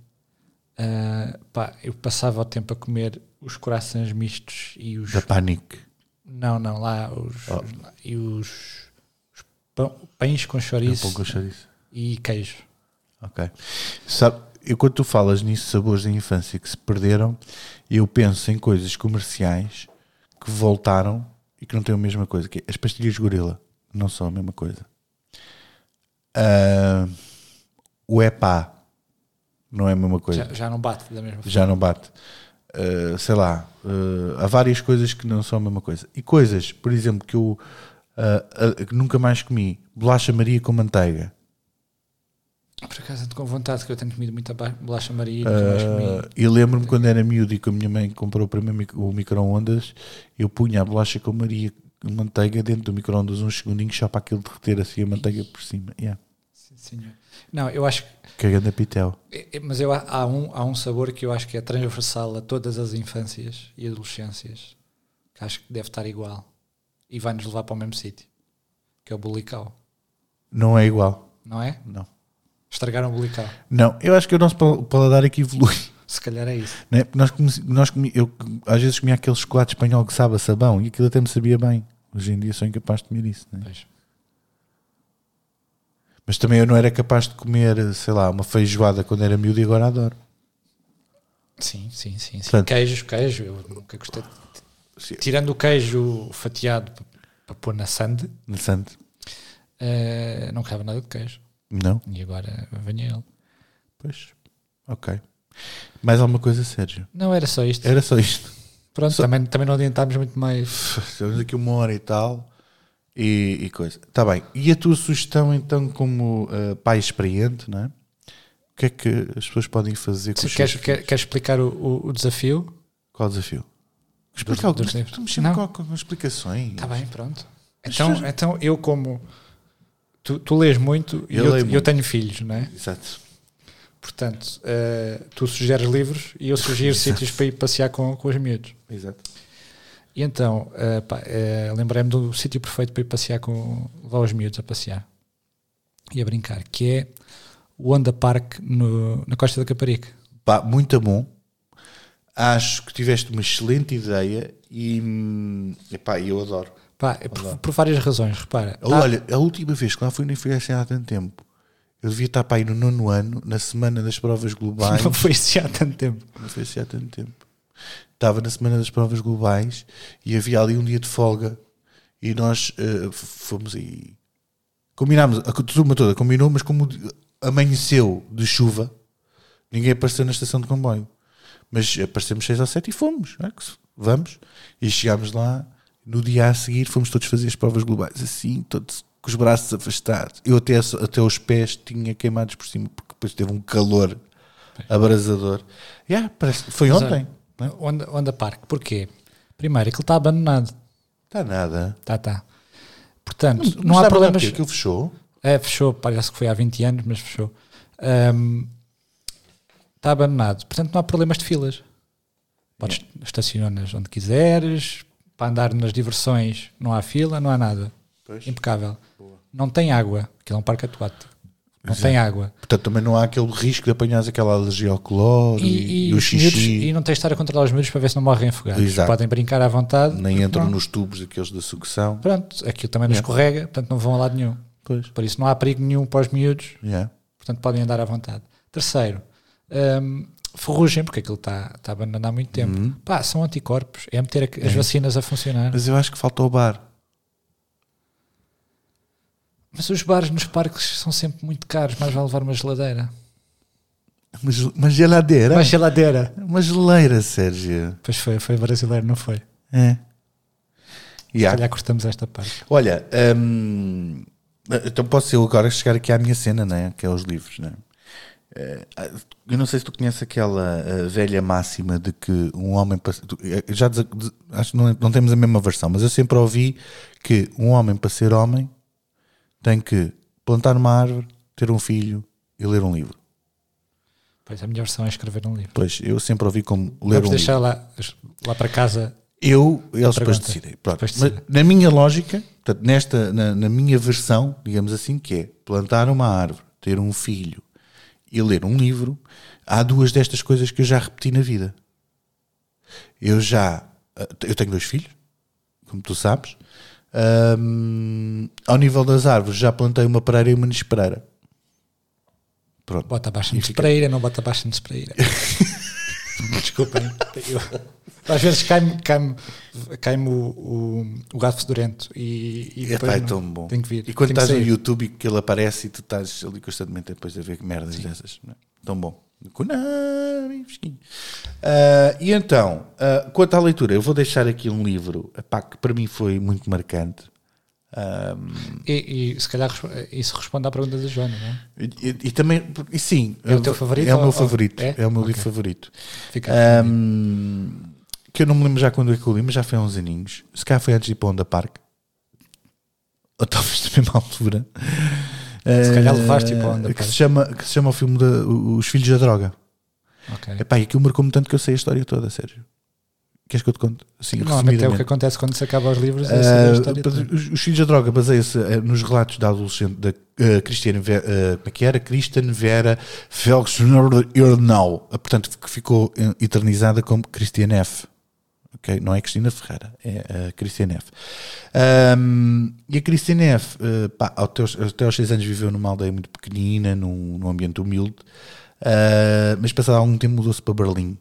ah, pá, eu passava o tempo a comer os corações mistos e os.
Da Oh. Panic.
Não, não, lá os. os- e os. os pão- pães
É
com
um pão
chouriço
com chouriço.
e queijo.
Ok. Sabe, eu, quando tu falas nisso, sabores da infância que se perderam, eu penso em coisas comerciais que voltaram e que não têm a mesma coisa. Que é as pastilhas de gorila não são a mesma coisa. Ah, o epá não é a mesma coisa.
Já, já não bate da mesma forma.
já não bate. Uh, sei lá, uh, há várias coisas que não são a mesma coisa. E coisas, por exemplo, que eu uh, uh, que nunca mais comi: bolacha Maria com manteiga.
Por acaso estou com vontade que eu tenho comido muita ba- bolacha maria.
Uh, eu lembro-me quando era miúdo e que a minha mãe comprou para mim o micro-ondas, eu punha a bolacha com Maria com manteiga dentro do micro-ondas uns segundinhos só para aquilo derreter assim a manteiga por cima. Yeah.
Sim, senhor. Não, eu acho que
Cagando a pitel.
É, é, Mas eu, a- há, um, há um sabor que eu acho que é transversal a todas as infâncias e adolescências, que acho que deve estar igual e vai nos levar para o mesmo sítio, que é o bulical,
Não é igual.
não é?
Não.
Estragaram o bulical,
Não, eu acho que o nosso pal- paladar aqui evolui.
se calhar é isso.
Né? Porque Nós, come- nós comi- eu às vezes comia aquele chocolate espanhol que sabe a sabão e aquilo até me sabia bem. Hoje em dia sou incapaz de comer isso. né?
Pois.
Mas também eu não era capaz de comer, sei lá, uma feijoada quando era miúdo e agora adoro.
Sim, sim, sim. sim.
Portanto-
Queijos, queijo, eu nunca gostei. de-
Sim.
Tirando o queijo fatiado p- para pôr na sande,
Interessante.
eh, não gostava nada de queijo.
Não?
E agora venha ele.
Pois. Ok. Mais alguma coisa, Sérgio?
Não era só isto.
Era só isto.
Pronto,
só-
Também, também não adiantámos muito mais.
Estamos aqui uma hora e tal e, e coisa. Está bem. E a tua sugestão, então, como ah, pai experiente, não é? O que é que as pessoas podem fazer com
Se
os
queres,
seus
quer-
filhos?
queres explicar o, o- o desafio?
Qual o desafio? Explica algo.
dos
mas
livros.
Estamos sempre
Não.
com, com explicações.
Está Tá bem, pronto.
Mas
Então,
faz-
então eu como tu, tu lês muito e
Eu
eu,
leio
eu
muito.
tenho filhos, não é?
Exato.
Portanto, eh, tu sugeres livros e eu sugiro sítios para ir passear com, com os miúdos.
Exato.
E então, eh, pá, eh, lembrei-me do sítio perfeito para ir passear com levar os miúdos a passear e a brincar, que é o Onda Park no- na Costa da Caparica.
Pá, muito bom. Acho que tiveste uma excelente ideia e hum, epá, eu adoro.
Pá, é por, por várias razões, repara. Tá-
Olha, a última vez que lá fui, nem fui assim há tanto tempo. Eu devia estar para aí no nono ano, na semana das provas globais.
não foi isso já há tanto tempo.
Não foi assim há tanto tempo. Estava na semana das provas globais e havia ali um dia de folga e nós eh, f- fomos e combinámos, a turma toda combinou, mas como o di- amanheceu de chuva, ninguém apareceu na estação de comboio. Mas aparecemos seis ou sete e fomos, não é? Que se- vamos. E chegámos lá, no dia a seguir fomos todos fazer as provas globais, assim, todos com os braços afastados. Eu até, as- até os pés tinha queimados por cima, porque depois teve um calor abrasador. Yeah, parece, que foi ontem. não é?
Onda, Onda Park, porquê? Primeiro, aquilo está abandonado.
Está nada.
Tá, tá. Portanto, não,
Mas sabe lá
há
o
problemas.
quê? é Aquilo fechou.
É, fechou, parece que foi há 20 anos, mas fechou. Ahm, Está abandonado. Portanto, não há problemas de filas. Podes estacionar-nas onde quiseres, para andar nas diversões, não há fila, não há nada.
Pois.
Impecável. Não tem água, aquilo é um parque aquático. Não tem
é.
água.
Portanto, também não há aquele risco de apanhares aquela alergia ao cloro e, e o
os miúdos-
xixi.
e não tens de estar a controlar os miúdos para ver se não morrem afogados.
Exato.
Podem brincar à vontade.
Nem entram
Não.
nos tubos aqueles da sucção.
Pronto, aquilo também não escorrega, portanto não vão a lado nenhum.
Pois.
Por isso não há perigo nenhum para os miúdos,
Yeah.
portanto podem andar à vontade. Terceiro, hum, ferrugem, porque aquilo está tá abandonado há muito tempo. Pá, são anticorpos, é meter a- as vacinas a funcionar. Mas,
Uhum. Mas eu acho que falta o bar.
os bares nos parques são sempre muito caros, mais vale levar uma geladeira.
Uma, gel- uma geladeira.
Uma geladeira.
Uma geleira, Sérgio.
Pois foi, foi brasileiro, não foi?
É.
Se
Yeah.
calhar cortamos esta parte.
Olha, hum, então posso eu agora chegar aqui à minha cena, né? que é os livros. Né? Eh, ah, Eu não sei se tu conheces aquela ah, velha máxima de que um homem. para ser- tu- eh, Já desa- des- acho que não, não temos a mesma versão, mas eu sempre ouvi que um homem para ser homem tem que plantar uma árvore, ter um filho e ler um livro.
Pois a melhor versão é escrever um livro.
Pois, eu sempre ouvi como ler
Vamos
um livro.
deixar lá, lá para casa.
Eu, eles depois
Pergunta.
decidem. Pronto.
Depois decidem.
Mas, na minha lógica, portanto, nesta, na, na minha versão, digamos assim, que é plantar uma árvore, ter um filho e ler um livro, há duas destas coisas que eu já repeti na vida. Eu já. eh, Eu tenho dois filhos, como tu sabes. Ahm, ao nível das árvores, já plantei uma pereira e uma nespereira. Pronto.
Bota abaixo de
Significa-
sprayer, não bota abaixo de sprayer. Desculpem. eu- às vezes cai-me cai cai o, o, o gato fedorento e, e
Epá,
depois
é
não-
tão bom.
Tem que vir.
E quando
tem que
estás no
sair.
YouTube e que ele aparece e tu estás ali constantemente depois a ver merdas dessas, não é? Tão bom. Konami, fresquinho. Ah, e então, ah, quanto à leitura, eu vou deixar aqui um livro epá, que para mim foi muito marcante. Ah,
E, e se calhar resp- isso responde à pergunta da Joana, não é?
e, e- e também, e sim,
É o teu favorito
É o
ou-
meu favorito.
é?
É, o meu
Ok.
livro favorito.
Fica
Ah, Ahm, que eu não me lembro já quando é que eu li, mas já foi há uns aninhos. Se calhar foi antes de ir para o Onda Park. Ou talvez na mesma altura.
Se calhar
Ah,
levaste-o para o Onda
que
Park.
se chama Que se chama o filme da- o- Os Filhos da Droga.
assim. Ok.
Epá, e aquilo marcou-me tanto que eu sei a história toda, Sérgio. Queres que eu te conte? Assim,
Normalmente é o que
resumidamente.
acontece quando se acaba os livros. é saber a história
Ah,
toda.
os, os Filhos da Droga baseia-se eh, nos relatos da adolescente da eh, Cristiane Ve- eh, como é que era? Kristen Vera Felix Irnau, portanto, que ficou eh, eternizada como Cristiane F. Ok? Não é Cristina Ferreira, é a Cristiane F. Ahm, e a Cristiane F, eh, pá, ao teus- até aos 6 anos viveu numa aldeia muito pequenina, num, num ambiente humilde, ah, mas passado algum tempo mudou-se para Berlim.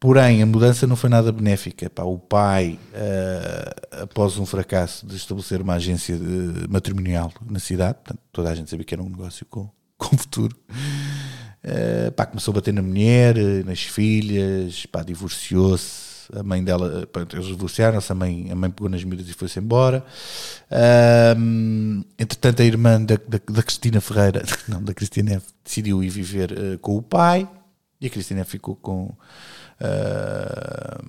Porém, a mudança não foi nada benéfica. Pá, o pai, eh, após um fracasso de estabelecer uma agência de- matrimonial na cidade, portanto, toda a gente sabia que era um negócio com, com futuro, eh, pá, começou a bater na mulher, eh, nas filhas, pá, divorciou-se. A mãe dela, eh, pronto, eles divorciaram-se, a mãe, a mãe pegou nas miúdas e foi-se embora. Ahm, entretanto, a irmã da, da, da Cristina Ferreira, não, da Cristina F, decidiu ir viver eh, com o pai e a Cristina F ficou com, ah,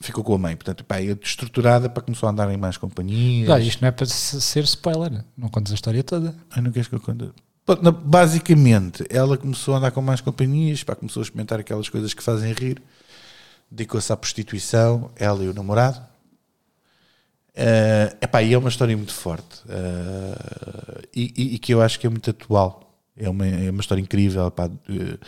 ficou com a mãe. Portanto, pá, eu estruturada para começou a andar em mais companhias.
Olha, isto não é para se- ser spoiler, não contas a história toda.
Ai, não queres que eu conte? Pronto, na- Basicamente, ela começou a andar com mais companhias, pá, começou a experimentar aquelas coisas que fazem rir, dedicou-se à prostituição, ela e o namorado. Eh, epá, e é uma história muito forte eh, e, e- e que eu acho que é muito atual. É uma, é uma história incrível. Pá, eh,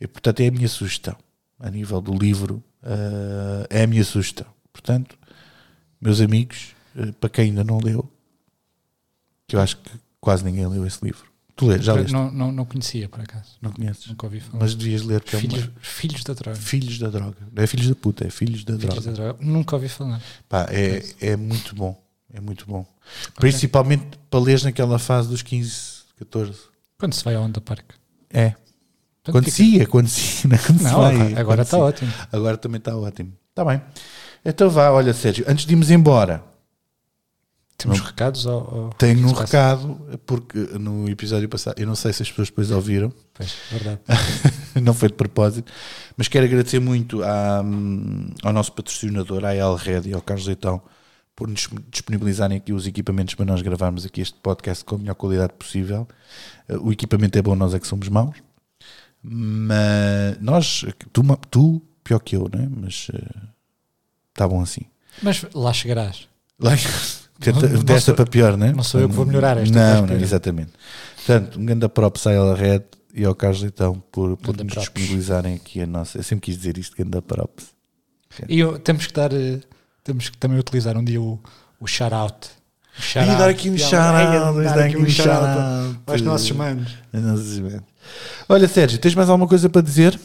e, portanto, é a minha sugestão. A nível do livro, eh, é a minha sugestão. Portanto, meus amigos, eh, para quem ainda não leu, que eu acho que quase ninguém leu esse livro. Tu lês, já leste, não,
não, não, não conhecia, por acaso.
conheces.
Nunca ouvi falar.
Mas devias ler, porque é um
filhos,
livro.
filhos da droga.
Filhos da Droga. Não é Filhos da Puta, é Filhos da
Filhos
Droga.
da droga. Nunca ouvi falar.
Pá, é, é muito bom. É muito bom. Principalmente para leres naquela fase dos 15, 14.
Quando se vai ao Onda Park?
É.
Portanto, Então fica-
Acontecia, acontecia. é Não, se
Não,
vai,
agora- agora está
acontecia.
ótimo.
Agora também está ótimo. Está bem. Então vá, olha, Sérgio, antes de irmos embora,
Temos recados? Ou, ou-
tenho um
se passa?
recado, porque no episódio passado, eu não sei se as pessoas depois ouviram,
Pois, verdade.
não foi de propósito, mas quero agradecer muito à, hum, ao nosso patrocinador, à El Red e ao Carlos Leitão, por nos disponibilizarem aqui os equipamentos para nós gravarmos aqui este podcast com a melhor qualidade possível. Eh, O equipamento é bom, nós é que somos maus. Mas nós, tu, ma- tu pior que eu, né? Mas está bom assim.
Mas lá chegarás.
Lá- Tenta-
não
é desta
sou-
para pior, né?
não sou eu que vou melhorar esta,
Não,
mas
não,
pior.
exatamente. Portanto, um grande props à Ela Red e ao Carlos Leitão por, por
Ganda
nos
props.
disponibilizarem aqui a nossa. Eu sempre quis dizer isto, grande props.
E eu- temos que dar. eh, Temos que também utilizar um dia o, o shout-out. O shout-out.
um
E ela-
shout-out,
Ei,
dar aqui um shout-out.
aos nossos manos.
Aos nossos manos. Olha, Sérgio, tens mais alguma coisa para dizer?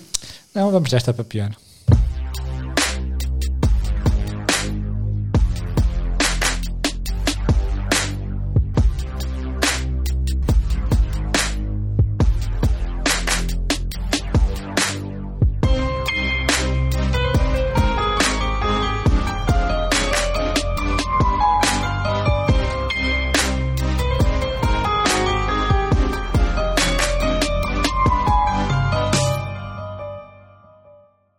Não, vamos desta para pior.